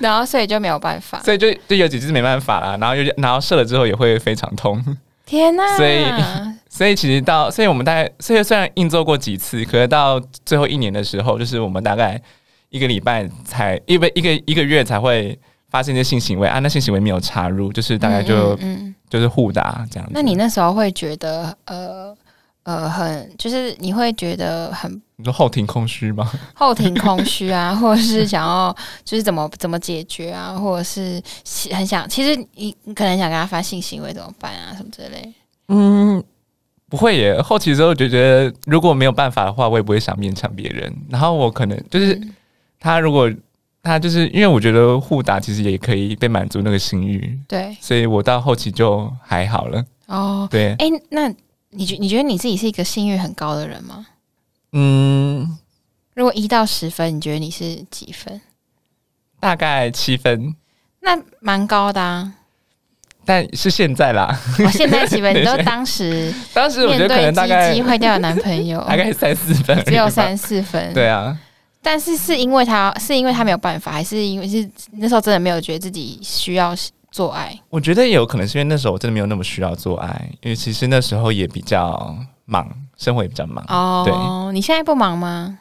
A: 然后所以就没有办法。
B: 所以就就有几只没办法啦。然后又然后射了之后也会非常痛，
A: 天哪、
B: 所以所以其实到，所以我们大概，所以虽然硬做过几次，可是到最后一年的时候，就是我们大概一个礼拜才，一个一个一个月才会发现这性行为啊，那性行为没有插入，就是大概就、
A: 嗯嗯嗯
B: 就是互打这样子。
A: 那你那时候会觉得呃呃很，就是你会觉得很
B: 你说后庭空虚吗？
A: 后庭空虚啊， 或者是想要就是怎么怎么解决啊，或者是喜很想，其实你你可能想跟他发性行为怎么办啊，什么之类。
B: 嗯，不会耶。后期之后就觉得，如果没有办法的话，我也不会想勉强别人。然后我可能就是
A: 嗯
B: 他，如果他就是因为我觉得互打其实也可以被满足那个性欲，
A: 对
B: 所以我到后期就还好了。
A: 哦，
B: 对，
A: 哎、那你觉你觉得你自己是一个性欲很高的人吗？
B: 嗯，
A: 如果一到十分，你觉得你是几分？
B: 大概七分，
A: 那蛮高的啊！
B: 但是现在 啦，
A: 我现在几 分？你都当时
B: 当时我
A: 面
B: 觉得可
A: 对
B: 能大概
A: 鸡鸡坏掉的男朋友，
B: 大概三四分而已吧，
A: 只有三四分。
B: 对啊，
A: 但是是因为他是因为他没有办法，还是因为是那时候真的没有觉得自己需要做爱？
B: 我觉得也有可能是因为那时候我真的没有那么需要做爱，因为其实那时候也比较忙，生活也比较忙，
A: 哦，你现在不忙吗？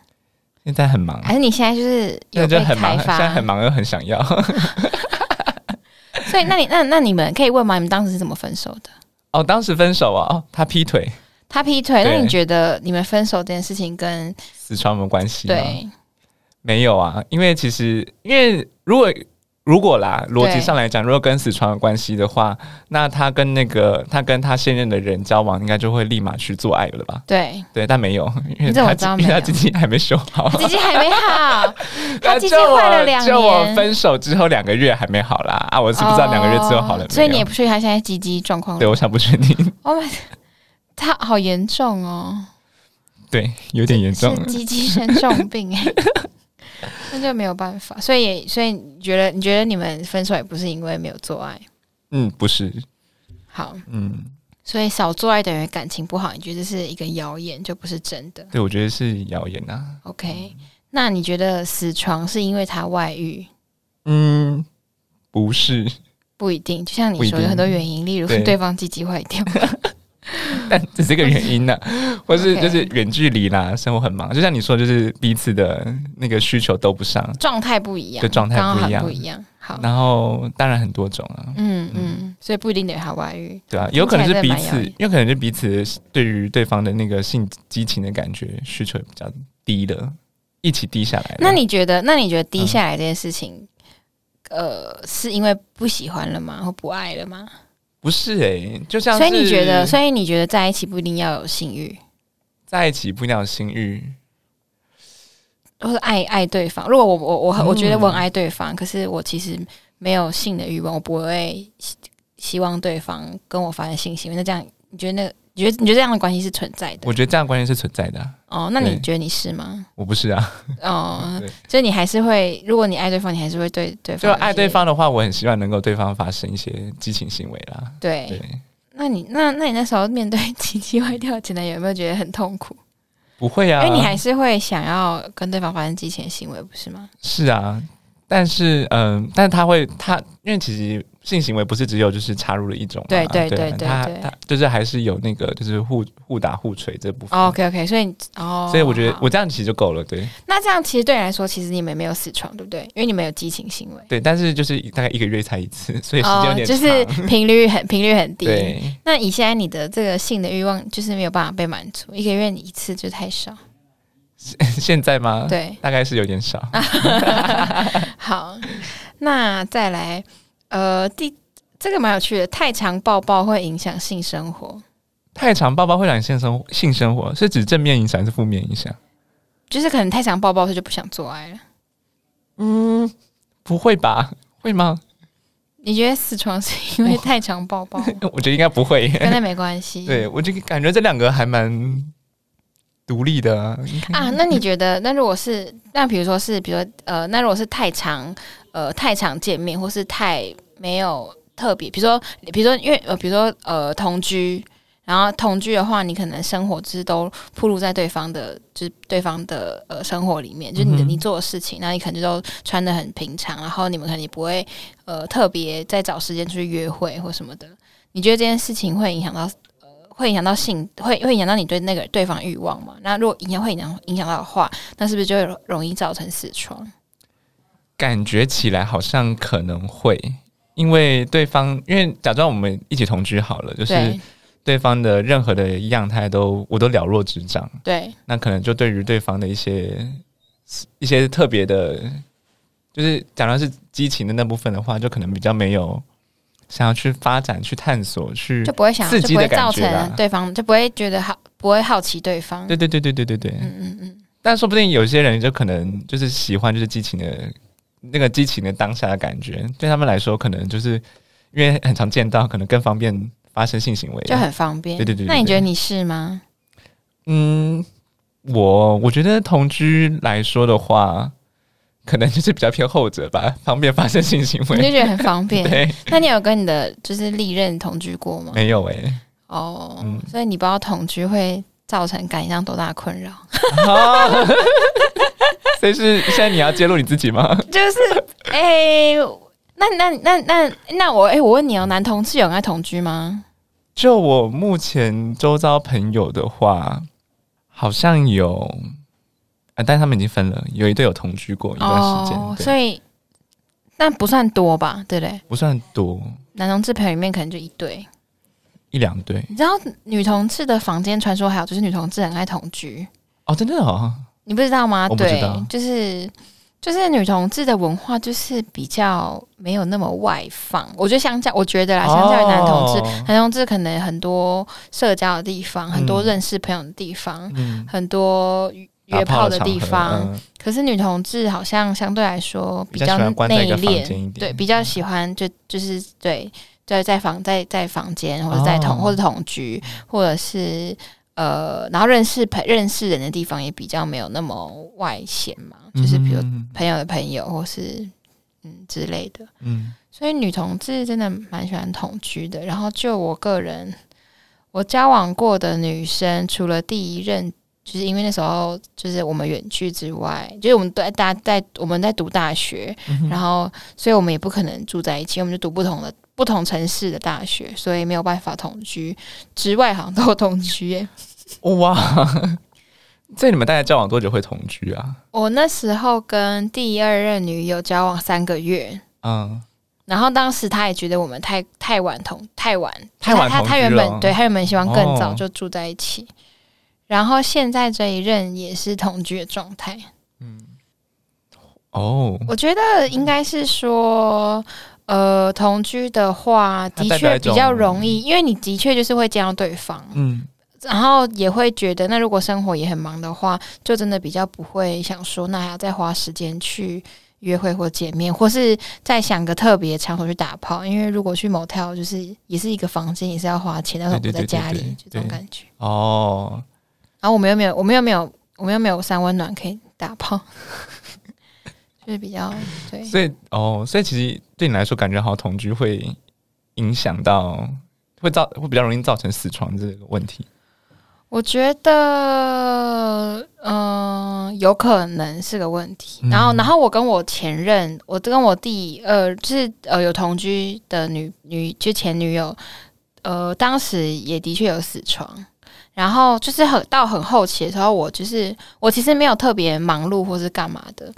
B: 现在很忙，
A: 还是你现在就是有被
B: 现在嗯就很忙，
A: 开
B: 现在
A: 发
B: 很？忙又很想要。
A: 所以那你那那你们可以问吗？你们当时是怎么分手的？
B: 哦，当时分手啊，哦，他劈腿，
A: 他劈腿，那
B: 对
A: 你觉得你们分手这件事情跟
B: 死床有没有关系？，
A: 对
B: 没有啊，因为其实因为如果如果啦，逻辑上来讲，如果跟死床有关系的话，那他跟那个他跟他现任的人交往，应该就会立马去做爱了吧？
A: 对，
B: 对，但没有，因为
A: 你怎么
B: 他
A: 知道
B: 因为
A: 没
B: 他
A: 有
B: 经济还没修好，
A: 鸡鸡还没好，他
B: 那
A: 鸡鸡
B: 就我
A: 坏了两
B: 就我
A: 年
B: 分手之后两个月还没好啦， 啊，我是不知道两个月之后好了没有、
A: 哦所以你也不确定他现在鸡鸡状况
B: 对，。我想不确定，
A: Oh my，他好严重哦，
B: 对，有点严重
A: 是。鸡鸡生重病 哎、那就没有办法。所以也，所以你觉得，你觉得你们分手也不是因为没有做爱，
B: 嗯，不是，
A: 好，
B: 嗯，
A: 所以少做爱等于感情不好，你觉得这是一个谣言，就不是真的。
B: 对，我觉得是谣言啊。
A: OK，那你觉得死床是因为他外遇？
B: 嗯，不是，
A: 不一定，就像你
B: 不一
A: 说，有
B: 定
A: 很多原因，例如
B: 嗯对
A: 对方鸡鸡坏 掉，
B: 但只是一个原因呢、或是
A: OK
B: 就是远距离啦，生活很忙，就像你说，就是彼此的那个需求都不上，
A: 状态不一样，
B: 对状态
A: 刚
B: 不
A: 好
B: 一样
A: 不一样。好，
B: 然后当然很多种啊，
A: 嗯嗯，所以不一定等于他外遇。
B: 对啊，有可能是彼
A: 听起来真的蛮
B: 此
A: 遥远，
B: 有可能是彼此对于对方的那个性激情的感觉需求比较低的，一起低下来了。
A: 那你觉得？那你觉得低下来这件事情，呃，是因为不喜欢了吗？或不爱了吗？
B: 不是诶、就像
A: 所以你
B: 是
A: 觉得？所以你觉得在一起不一定要有性欲，
B: 在一起不一定要有性欲，
A: 或是爱爱对方？如果我我我我觉得
B: 嗯
A: 我很爱对方，可是我其实没有性的欲望，我不会希希望对方跟我发生性行为。那这样，你觉得那你觉得你觉得这样的关系是存在的？
B: 我觉得这样的观念是存在的啊、
A: 哦，那你
B: 对
A: 觉得你是吗？
B: 我不是啊，
A: 哦
B: 对，
A: 所以你还是会，如果你爱对方，你还是会对对
B: 就
A: 方
B: 爱
A: 有些
B: 对方的话，我很希望能够对方发生一些激情行为啦。
A: 对
B: 对，
A: 那你那那你那时候面对奇迹坏掉的前男友，有没有觉得很痛 苦？
B: 不会
A: 因
B: 啊，
A: 为你还是会想要跟对方发生激情的行为，不是吗？
B: 是啊，但是嗯、但他会他因为其实性行为不是只有就是插入了一种嘛、
A: 对对
B: 对啊
A: 对对
B: 他
A: 对
B: 他就是还是有那个就是互互打互锤这部分。
A: 哦、o k OK，所以你哦，
B: 所以我觉得
A: 好
B: 我这样其实就够了，对
A: 那这样其实对你来说，其实你们没有死床，对不对？因为你们有激情行为，哦
B: 对，但是就是大概一个月才一次，所以时间有点
A: 就
B: 长。
A: 是频率很频率很低。
B: 对，
A: 那以现在你的这个性的欲望，就是没有办法被满足，一个月你一次就太少。
B: 啊现在吗？，
A: 对，啊
B: 大概是有点少。
A: 好，那再来，呃，第这个蛮有趣的。太常抱抱会影响性生活，
B: 太常抱抱会影响性生活性生活，是指正面影响还是负面影响？
A: 就是可能太常抱抱，他就不想做爱了。
B: 嗯，不会吧？会吗？
A: 你觉得死床是因为太常抱抱吗，
B: 我觉得应该不会耶。
A: 跟那没关系。
B: 哦对我这个感觉这两个还蛮独立的啊、
A: 啊，那你觉得，那如果是那比如说是，比如说呃，那如果是太常呃太常见面，或是太没有特别，比如说比如说因为呃比如说呃同居，然后同居的话，你可能生活就是都暴露在对方的，就是对方的呃生活里面，就是你的
B: 嗯哼
A: 你做的事情，那你可能就都穿的很平常，然后你们可能也不会呃特别再找时间出去约会或什么的。你觉得这件事情会影响到会影响到性，会会影响到你对那个对方欲望嘛？那如果影响会影响影响到的话，那是不是就会容易造成死床？
B: 感觉起来好像可能会，因为对方，因为假装我们一起同居好了，就是
A: 对
B: 对方的任何的样态都我都了若指掌，
A: 对，
B: 那可能就对于对方的一些一些特别的，就是假如是激情的那部分的话，就可能比较没有想要去发展、去探索、去
A: 就不会想
B: 嗯刺
A: 就
B: 激
A: 不
B: 的
A: 会造
B: 感觉啦
A: 成对方就不会觉得好，不会好奇对方。
B: 对对对对对对对。
A: 嗯嗯嗯，
B: 但说不定有些人就可能就是喜欢就是激情的那个激情的当下的感觉，对他们来说可能就是因为很常见到，可能更方便发生性行为。
A: 就很方便。
B: 对对对对
A: 那你
B: 对
A: 觉得你是 吗？
B: 嗯，我我觉得同居来说的话，可能就是比较偏后者吧，方便发生性行
A: 你就
B: 为。
A: 觉得很方便。
B: 对，
A: 那你有跟你的就是历任同居过吗？
B: 没有哎、
A: 哦，
B: 嗯
A: 所以你不知道同居会造成感情上多大的困扰。
B: 啊所以是现在你要揭露你自己吗？
A: 就是哎、那那那那那我哎、我问你哦，男同志有人爱同居吗？
B: 就我目前周遭朋友的话，好像有，啊，但他们已经分了，有一对有同居过一段时间，对
A: 哦所以那不算多吧，对不对？
B: 不算多，
A: 男同志朋友里面可能就一对。
B: 一两对
A: 你知道女同志的房间传说还有就是女同志很爱同居，
B: 哦，真的哦，
A: 你不知道吗？
B: 我不知
A: 对
B: 道，
A: 就是就是女同志的文化就是比较没有那么外放，我觉得相较我觉
B: 哦
A: 得啦，啊相较于男同志，
B: 志，
A: 男同志可能很多社交的地方，很多
B: 嗯
A: 认识朋友的地方，
B: 嗯，
A: 很多约
B: 打
A: 炮
B: 炮
A: 的
B: 场合
A: 地方，
B: 嗯
A: 可是女同志好像相对来说
B: 比较
A: 较
B: 喜欢关在一
A: 内
B: 个房间一
A: 敛，
B: 点嗯
A: 对，比较喜欢就就是对，在在房在在房间或者在同、
B: 哦
A: 或者同居，或者是呃，然后认识朋认识人的地方也比较没有那么外显嘛，就是比如
B: 嗯
A: 朋友的朋友或是嗯之类的。
B: 嗯，
A: 所以女同志真的蛮喜欢同居的。然后就我个人，我交往过的女生，除了第一任，就是因为那时候就是我们远距之外，就是我们在大在我们在读大学，然后所以我们也不可能住在一起，我们就读不同的不同城市的大学，所以没有办法同居。之外好像都有同居耶、
B: 哇， 这你们大概交往多久会同居啊？
A: 我那时候跟第二任女友交往三个月，
B: 嗯，
A: 然后当时他也觉得我们太太晚同太晚
B: 太晚
A: 他他
B: 同居
A: 他原
B: 了嗯
A: 本对他原本希望更早
B: 哦
A: 就住在一起，然后现在这一任也是同居的状态。嗯
B: 哦，
A: 我觉得应该是说，呃，同居的话
B: 它
A: 的
B: 代表
A: 确
B: 一种
A: 比较容易，因为你的确就是会见到对方，
B: 嗯，
A: 然后也会觉得，那如果生活也很忙的话，就真的比较不会想说，那还要再花时间去约会或见面，或是再想个特别场所去打炮。因为如果去 motel，就是也是一个房间，也是要花钱，但是我
B: 对
A: 不
B: 对
A: 在家
B: 对
A: 里
B: 对对，
A: 就这种感觉。
B: 哦，
A: 然后我们又没有，我们又没有，我们又没有三温暖可以打炮， 就是比较对。
B: 所以哦，所以其实对你来说，感觉好像同居会影响到，会造会比较容易造成死床这个问题。
A: 我觉得，嗯、有可能是个问题。
B: 嗯
A: 然后，然后我跟我前任，我跟我第呃，就是呃有同居的女女，就前女友，呃，当时也的确有死床。然后就是很到很后期的时候，我就是我其实没有特别忙碌或是干嘛的。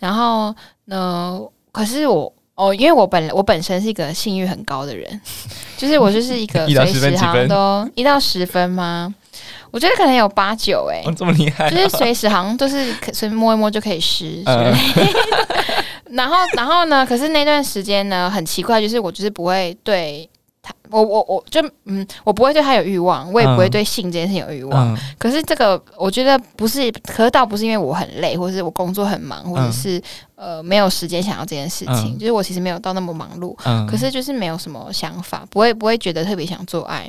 A: 然后呢，可是我哦，因为我本来我本身是一个性欲很高的人， 就是我就是一个
B: 一到
A: 随
B: 十分
A: 时
B: 几
A: 好像
B: 分
A: 都一到十分吗？我觉得可能有八九
B: 哦
A: 哎、
B: 哦，这么厉害、呃
A: 就是随时好像都是可随便摸一摸就可以湿之类的， 然后，然后呢？可是那段时间呢，很奇怪，就是我就是不会对他，我我我就嗯，我不会对他有欲望，我也不会
B: 嗯
A: 对性这件事情有欲望。
B: 嗯
A: 可是这个，我觉得不是，可是倒不是因为我很累，或是我工作很忙，或者
B: 嗯
A: 是、呃没有时间想要这件事情。
B: 嗯
A: 就是我其实没有到那么忙碌，
B: 嗯，
A: 可是就是没有什么想法，不会不会觉得特别想做爱。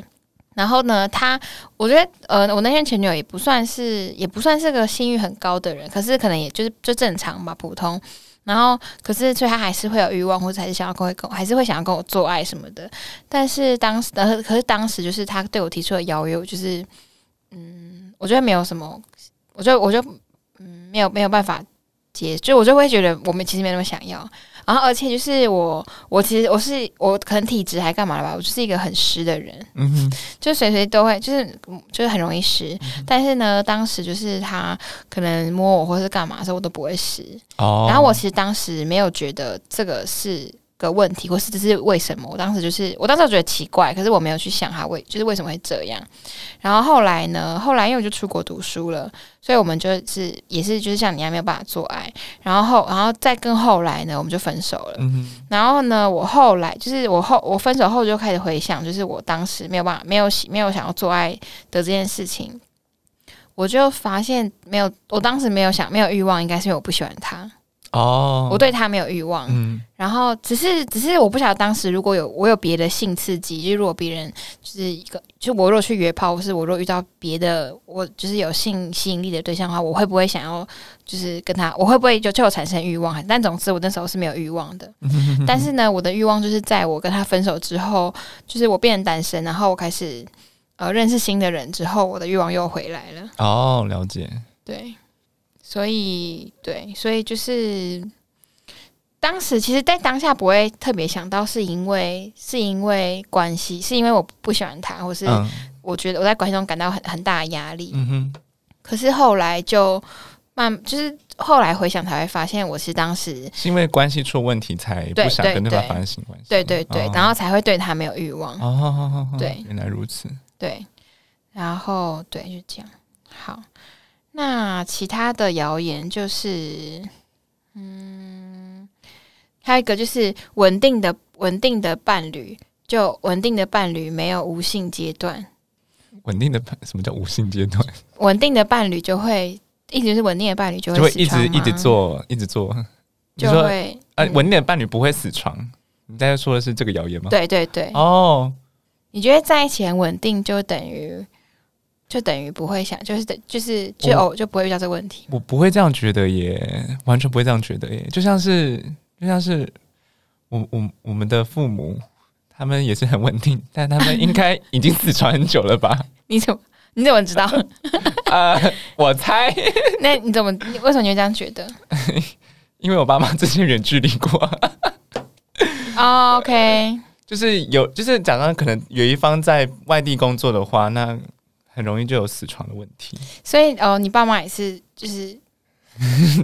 A: 然后呢，他我觉得呃，我那天前女友也不算是也不算是个性欲很高的人，可是可能也就是嗯就正常吧，普通。然后，可是所以他还是会有欲望，或者还是想要跟我跟我，还是会想要跟我做爱什么的。但是当时，呃，可是当时就是他对我提出的邀约，我就是嗯，我觉得没有什么，我就我就嗯，没有没有办法接，就我就会觉得我们其实没那么想要。然后，而且就是我，我其实我是我可能体质还干嘛了吧，我就是一个很湿的人，
B: 嗯哼
A: 就随随都会就是嗯就是很容易湿。但是呢，当时就是他可能摸我或是干嘛的时候，我都不会湿。
B: 哦，
A: 然后我其实当时没有觉得这个是个问题，或是这是为什么。我当时就是，我当时觉得奇怪，可是我没有去想它为就是为什么会这样。然后后来呢，后来因为我就出国读书了，所以我们就是也是就是像你一样没有办法做爱。然后后然后再更后来呢，我们就分手了。
B: 嗯哼
A: 然后呢，我后来就是我后我分手后就开始回想，就是我当时没有办法没有喜没有想要做爱的这件事情。我就发现没有，我当时没有想没有欲望，应该是因为我不喜欢他。
B: 哦，
A: 我对他没有欲望，
B: 嗯
A: 然后只是只是我不晓得当时如果有我有别的性刺激，就是如果别人就是一个，就我若去约炮，或是我若遇到别的我就是有性吸引力的对象的话，我会不会想要就是跟他，我会不会就就有产生欲望？啊但总之我那时候是没有欲望的，但是呢，我的欲望就是在我跟他分手之后，就是我变成单身，然后我开始呃认识新的人之后，我的欲望又回来了。
B: 哦，了解，
A: 对，所以对，所以就是当时其实，在当下不会特别想到，是因为是因为关系，是因为我不喜欢他，或是
B: 嗯
A: 我觉得我在关系中感到很很大的压力。
B: 嗯哼
A: 可是后来就慢，就是后来回想才会发现，我是当时。
B: 是因为关系出问题才
A: 对
B: 不想跟
A: 对
B: 对方
A: 对
B: 发生性关系，
A: 对对对，
B: 哦
A: 然后才会对他没有欲望。
B: 哦哦，哦哦
A: 对
B: 原来如此，
A: 对，然后对，就这样。好，那其他的谣言就是，嗯，还有一个就是稳定的稳定的伴侣，就稳定的伴侣没有无性阶段，
B: 稳定的伴什么叫无性阶段？
A: 稳定的伴侣就会一直是稳定的伴侣就
B: 就会
A: 会
B: 一
A: 死
B: 直
A: 床
B: 一直
A: 吗，
B: 做，一直做。你
A: 就
B: 说
A: 会
B: 呃，
A: 嗯
B: 稳定的伴侣不会死床，你在说的是这个谣言吗？
A: 对对对，
B: 哦，
A: 你觉得在一起很稳定，就等于就等于不会想，就是等就是就
B: 我
A: 偶就不会遇到这个问题。
B: 我不会这样觉得耶，完全不会这样觉得耶。就像是就像是我我我们的父母，他们也是很稳定，但他们应该已经死床很久了 吧？
A: 你怎么你怎么知道？
B: 呃，我猜，
A: 那你怎么？你为什么你会这样觉得、
B: 因为我爸妈之前远距离过，
A: 哦 o k
B: 就是有就是假装可能有一方在外地工作的话，那很容易就有死床的问题。
A: 所以哦，你爸妈也是，就是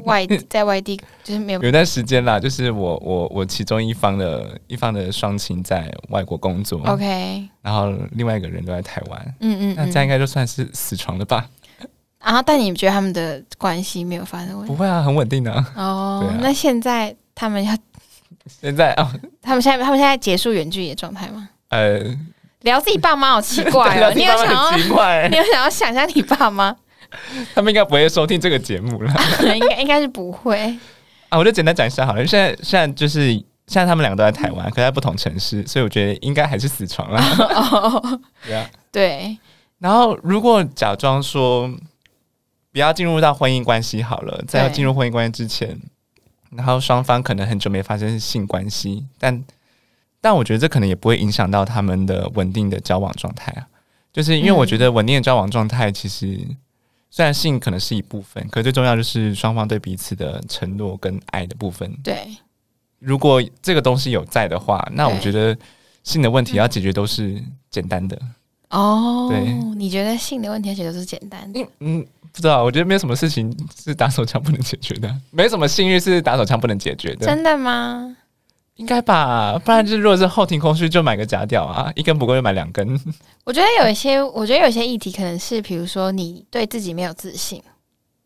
A: 外在外地， 就是没有
B: 有一段时间啦，就是我我我其中一方的一方的双亲在外国工作
A: OK，
B: 然后另外一个人都在台湾，
A: 嗯嗯
B: 那这
A: 嗯。
B: 样应该就算是死床了吧？
A: 然后，但你觉得他们的关系没有发生问
B: 不
A: 题？
B: 会啊，很稳定 的、啊。
A: 哦、
B: 对啊
A: 那现在他们要，
B: 现在啊，
A: 他们现在，他们现在结束远距离的状态吗？
B: 呃，
A: 聊自己爸妈好 奇怪哦，
B: 聊
A: 你
B: 天
A: 有
B: 方
A: 想
B: 面
A: 要
B: 很，奇怪、
A: 你有想要想一下你爸妈？
B: 他们应该不会收听这个节目了
A: 应该应该是不会。
B: 啊。我就简单讲一下好了，现在现在就是现在他们两个都在台湾，可在不同城市，所以我觉得应该还是死床啦。
A: 哦，
B: 对啊。
A: 对，
B: 然后如果假装说不要进入到婚姻关系好了，在要进入婚姻关系之前，然后双方可能很久没发生性关系，但 但我觉得这可能也不会影响到他们的稳定的交往状态啊。就是因为
A: 嗯
B: 我觉得稳定的交往状态，其实、虽然性可能是一部分，可最重要就是双方对彼此的承诺跟爱的部分。
A: 对，
B: 如果这个东西有在的话，那我
A: 对
B: 觉得性的问题要解决都是简单的。
A: 哦
B: 对，
A: 你觉得性的问题，而且都是简单的，
B: 嗯，不知道，我觉得没有什么事情是打手枪不能解决的， 没什么性欲是打手枪不能解决的，
A: 真的吗？
B: 应该吧？不然就是如果是后庭空虚，就买个假屌啊，一根不够就买两根。
A: 我觉得有一些，我觉得有一些议题可能是，比如说你对自己没有自信，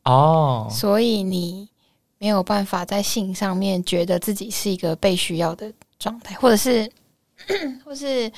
B: 哦，
A: 所以你没有办法在性上面觉得自己是一个被需要的状态，或者是， 或是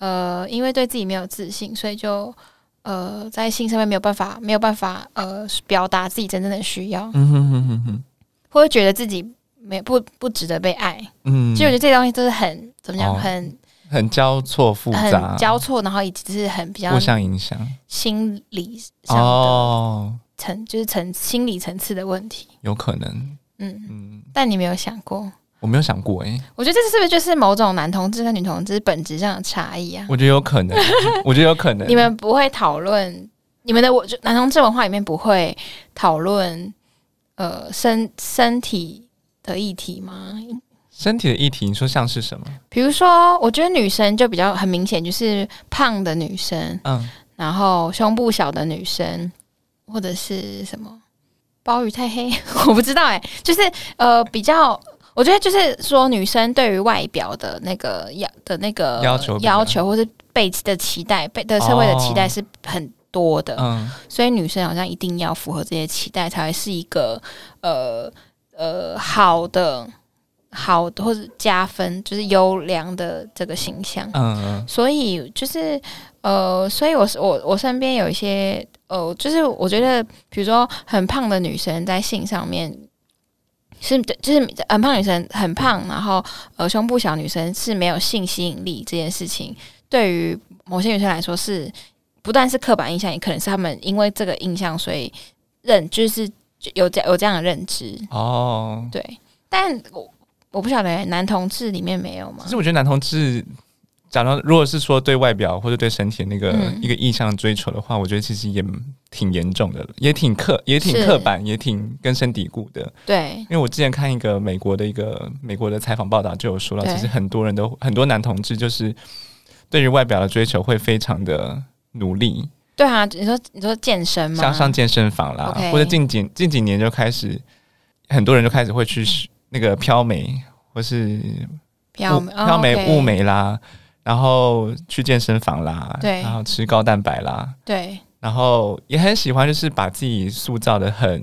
A: 呃，因为对自己没有自信，所以就呃，在性上面没有办法，没有办法呃，表达自己真正的需要，
B: 嗯哼哼哼哼，
A: 或者觉得自己没不不值得被爱。
B: 嗯，
A: 就我觉得这些东西都是很怎么讲，
B: 哦
A: 很
B: 很交错复杂
A: 很，交错，然后以及是很比较
B: 互相影响。
A: 心理上的
B: 哦，
A: 层，就是层心理层次的问题。
B: 有可能，
A: 嗯，
B: 嗯，
A: 但你没有想过，
B: 我没有想过哎、
A: 我觉得这是不是就是某种男同志跟女同志本质上的差异啊？
B: 我觉得有 可能，我觉得有可能。
A: 你们不会讨论你们的我就男同志文化里面不会讨论呃身身体的议题吗？
B: 身体的议题，你说像是什么？
A: 比如说，我觉得女生就比较很明显，就是胖的女生，
B: 嗯，
A: 然后胸部小的女生，或者是什么包鱼太黑， 我不知道哎、就是呃比较，我觉得就是说女生对于外表的那个要的那个
B: 要求比较哦
A: 要求，或是被的期待，被的社会的期待是很多的，
B: 嗯，
A: 所以女生好像一定要符合这些期待，才会是一个呃呃好的。好的，或者加分，就是优良的这个形象。
B: 嗯，
A: 所以就是呃，所以我是我我身边有一些呃，就是我觉得，比如说很胖的女生在性上面是就是很胖女生很胖，然后呃胸部小女生是没有性吸引力这件事情，对于某些女生来说是不但是刻板印象，也可能是她们因为这个印象所以认就是有这有这样的认知，
B: 哦，
A: 对，但我。我不晓得男同志里面没有吗
B: 其？实我觉得男同志，假如如果是说对外表或者对身体的那个、
A: 嗯
B: 一个意向追求的话，我觉得其实也挺严重的了，也挺刻，也挺
A: 是
B: 刻板，也挺根深蒂固的。
A: 对，
B: 因为我之前看一个美国的一个美国的采访报道，就有说到，
A: 对
B: 其实很多人都很多男同志就是对于外表的追求会非常的努力，
A: 对啊，你说你说健身吗？
B: 像上健身房啦
A: OK
B: 或者近几近几年就开始，很多人就开始会去
A: 嗯
B: 那个漂眉或是
A: 漂
B: 雾漂眉雾、眉啦，然后去健身房啦，
A: 对
B: 然后吃高蛋白啦，
A: 对，
B: 然后也很喜欢就是把自己塑造的很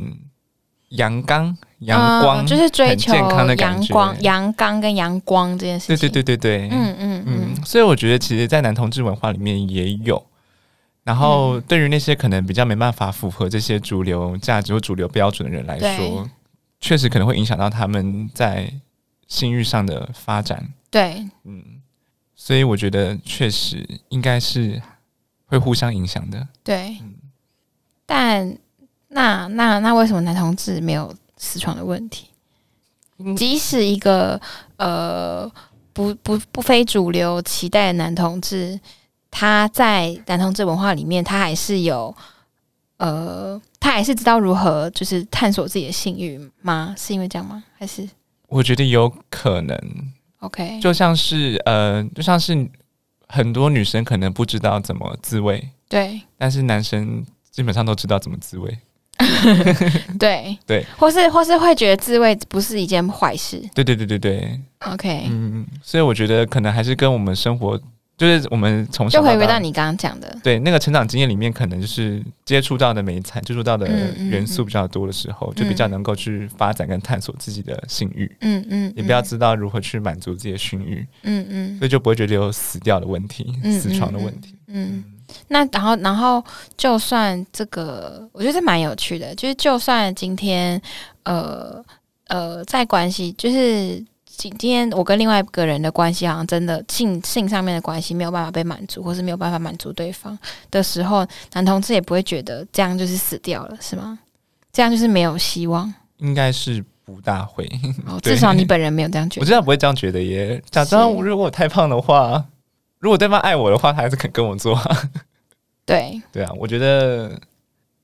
B: 阳刚阳光、
A: 嗯就是追
B: 很
A: 求
B: 健康的感
A: 阳
B: 觉
A: 光、阳刚跟阳光这件事
B: 对
A: 情。
B: 对对对对，
A: 嗯，嗯嗯
B: 嗯，所以我觉得其实，在男同志文化里面也有。然
A: 嗯
B: 后，对于那些可能比较没办法符合这些主流价值或主流标准的人来说
A: 对，
B: 确实可能会影响到他们在性欲上的发展。
A: 对，
B: 嗯，所以我觉得确实应该是会互相影响的。
A: 对
B: 嗯。
A: 但那那那为什么男同志没有私闯的问题？即使一个呃不不不非主流期待的男同志，他在男同志文化里面，他还是有呃，他还是知道如何就是探索自己的性欲吗？是因为这样吗？还是
B: 我觉得有可能，
A: OK？
B: 就像是呃，就像是很多女生可能不知道怎么自慰，
A: 对，
B: 但是男生基本上都知道怎么自慰。
A: 对
B: 对，
A: 或是或是会觉得自慰不是一件坏事。
B: 对对对对对，
A: OK，、
B: 嗯，所以我觉得可能还是跟我们生活，就是我们从小
A: 就回归
B: 大
A: 到你刚刚讲的，
B: 对那个成长经验里面，可能就是接触到的美材、接触到的
A: 嗯嗯
B: 元素比较多的时候，就比较能够去发展跟探索自己的性欲，
A: 嗯嗯，
B: 也比较
A: 嗯
B: 知道如何去满足自己的性欲，
A: 嗯嗯
B: 所以就不会觉得有死掉的问题、
A: 嗯
B: 死床的问题。
A: 嗯。那然后然后就算这个，我觉得这蛮有趣的，就是就算今天呃呃在关系，就是今今天我跟另外一个人的关系，好像真的性性上面的关系没有办法被满足，或是没有办法满足对方的时候，男同志也不会觉得这样就是死掉了，是吗？这样就是没有希望。
B: 应该是不大会，
A: 哦，
B: 嗯对
A: 至少你本人没有这样觉
B: 我
A: 得。
B: 知道不会这样觉得耶。假装
A: 是
B: 如果我太胖的话，如果对方爱我的话，他还是肯跟我 做啊。
A: 对，
B: 对啊，我觉得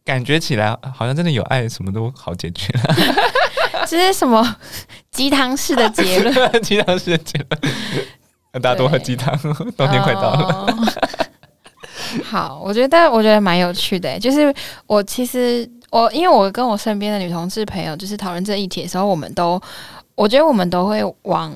B: 感觉起来好像真的有爱，什么都好解决。
A: 这是什么鸡汤式的结论？
B: 鸡汤是结论，大家多喝鸡汤，冬天快到了。
A: 哦。好，我觉得我觉得蛮有趣的欸，就是我其实我因为我跟我身边的女同志朋友就是讨论这一题的时候，我们都我觉得我们都会往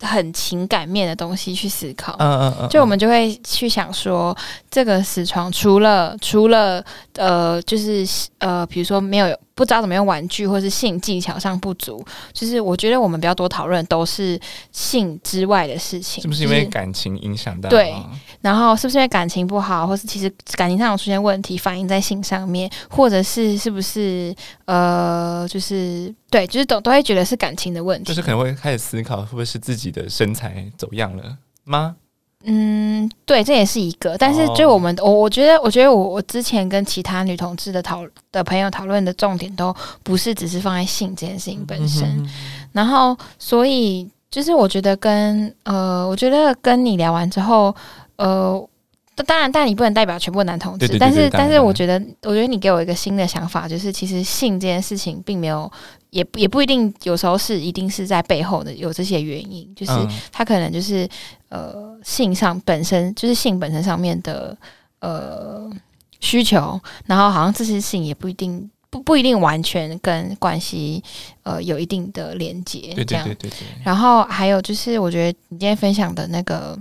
A: 很情感面的东西去思考。
B: 嗯嗯嗯，
A: 就我们就会去想说，这个死床除了除了呃，就是呃，比如说没有不知道怎么用玩具，或是性技巧上不足，就是我觉得我们比较多讨论都是性之外的事情，
B: 是不是因为感情影响到？
A: 对然后是不是因为感情不好，或是其实感情上有出现问题，反映在性上面，或者是是不是呃，就是对，就是都都会觉得是感情的问题。
B: 就是可能会开始思考，会不会是自己的身材走样了吗？
A: 嗯，对，这也是一个。但是
B: 哦
A: 就我们，我我觉得，我觉得我我之前跟其他女同志的讨的朋友讨论的重点，都不是只是放在性这件事情本身。
B: 嗯哼
A: 然后，所以就是我觉得跟呃，我觉得跟你聊完之后，呃，当当然，但你不能代表全部男同志，
B: 对对对
A: 但是
B: 对
A: 但
B: 当然
A: 是
B: 当然
A: 我觉得，我觉得你给我一个新的想法，就是其实性这件事情并没有。也也不一定，有时候是一定是在背后的有这些原因，就是
B: 嗯
A: 他可能就是呃性上本身就是性本身上面的呃需求，然后好像这些性也不一定不不一定完全跟关系呃有一定的连接，
B: 对
A: 这
B: 对
A: 样
B: 对。对对，
A: 然后还有就是，我觉得你今天分享的那个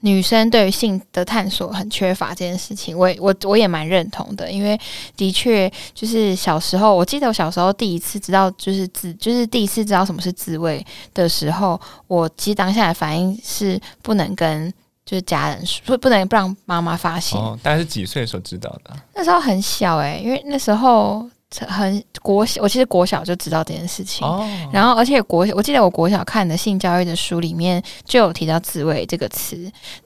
A: 女生对于性的探索很缺乏这件事情，我也我我也蛮认同的，因为的确就是小时候，我记得我小时候第一次知道就是自就是第一次知道什么是自慰的时候，我其实当下的反应是不能跟。就是家人说，不不能不让妈妈发现。
B: 哦，大概是几岁的时候知道的啊？
A: 那时候很小哎、因为那时候很国小，我其实国小就知道这件事情。
B: 哦，
A: 然后，而且国我记得我国小看的性教育的书里面就有提到“自慰”这个词，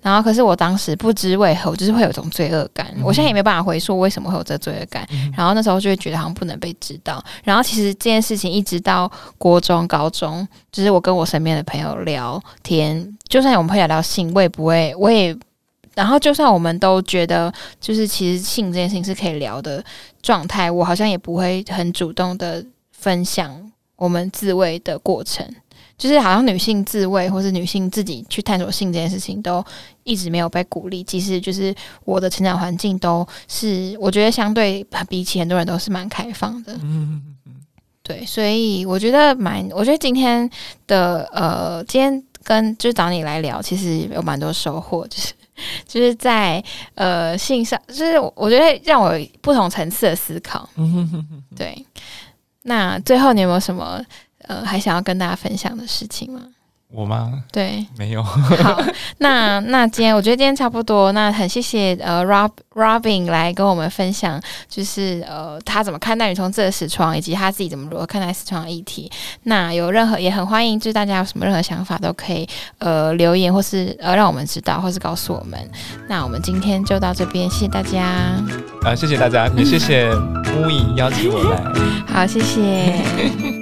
A: 然后可是我当时不知为何，就是会有种罪恶感。
B: 嗯
A: 我现在也没办法回溯为什么会有这罪恶感。
B: 嗯
A: 然后那时候就会觉得好像不能被知道。然后其实这件事情一直到国中、高中，就是我跟我身边的朋友聊天，就算我们会聊到性，我也不会，我也。然后，就算我们都觉得，就是其实性这件事情是可以聊的状态，我好像也不会很主动的分享我们自慰的过程，就是好像女性自慰或是女性自己去探索性这件事情都一直没有被鼓励。其实就是我的成长环境都是，我觉得相对比起很多人都是蛮开放的，
B: 嗯，
A: 对，所以我觉得蛮，我觉得今天的呃，今天跟就找你来聊，其实有蛮多收获，就是。就是在呃性上，就是我我觉得让我有不同层次的思 考。对，那最后你有没有什么呃还想要跟大家分享的事情吗？
B: 我吗？
A: 对，
B: 没 有，
A: 好，那那今天我觉得今天差不多，那很谢谢呃 Rob Robin 来跟我们分享，就是呃他怎么看待女同志的死床，以及他自己怎么如何看待死床的议题。那有任何也很欢迎，就是大家有什么任何想法都可以呃留言，或是呃让我们知道，或是告诉我们。那我们今天就到这边，谢谢大家，
B: 啊，谢谢大家，也谢谢木易邀请我来。
A: 好，谢谢。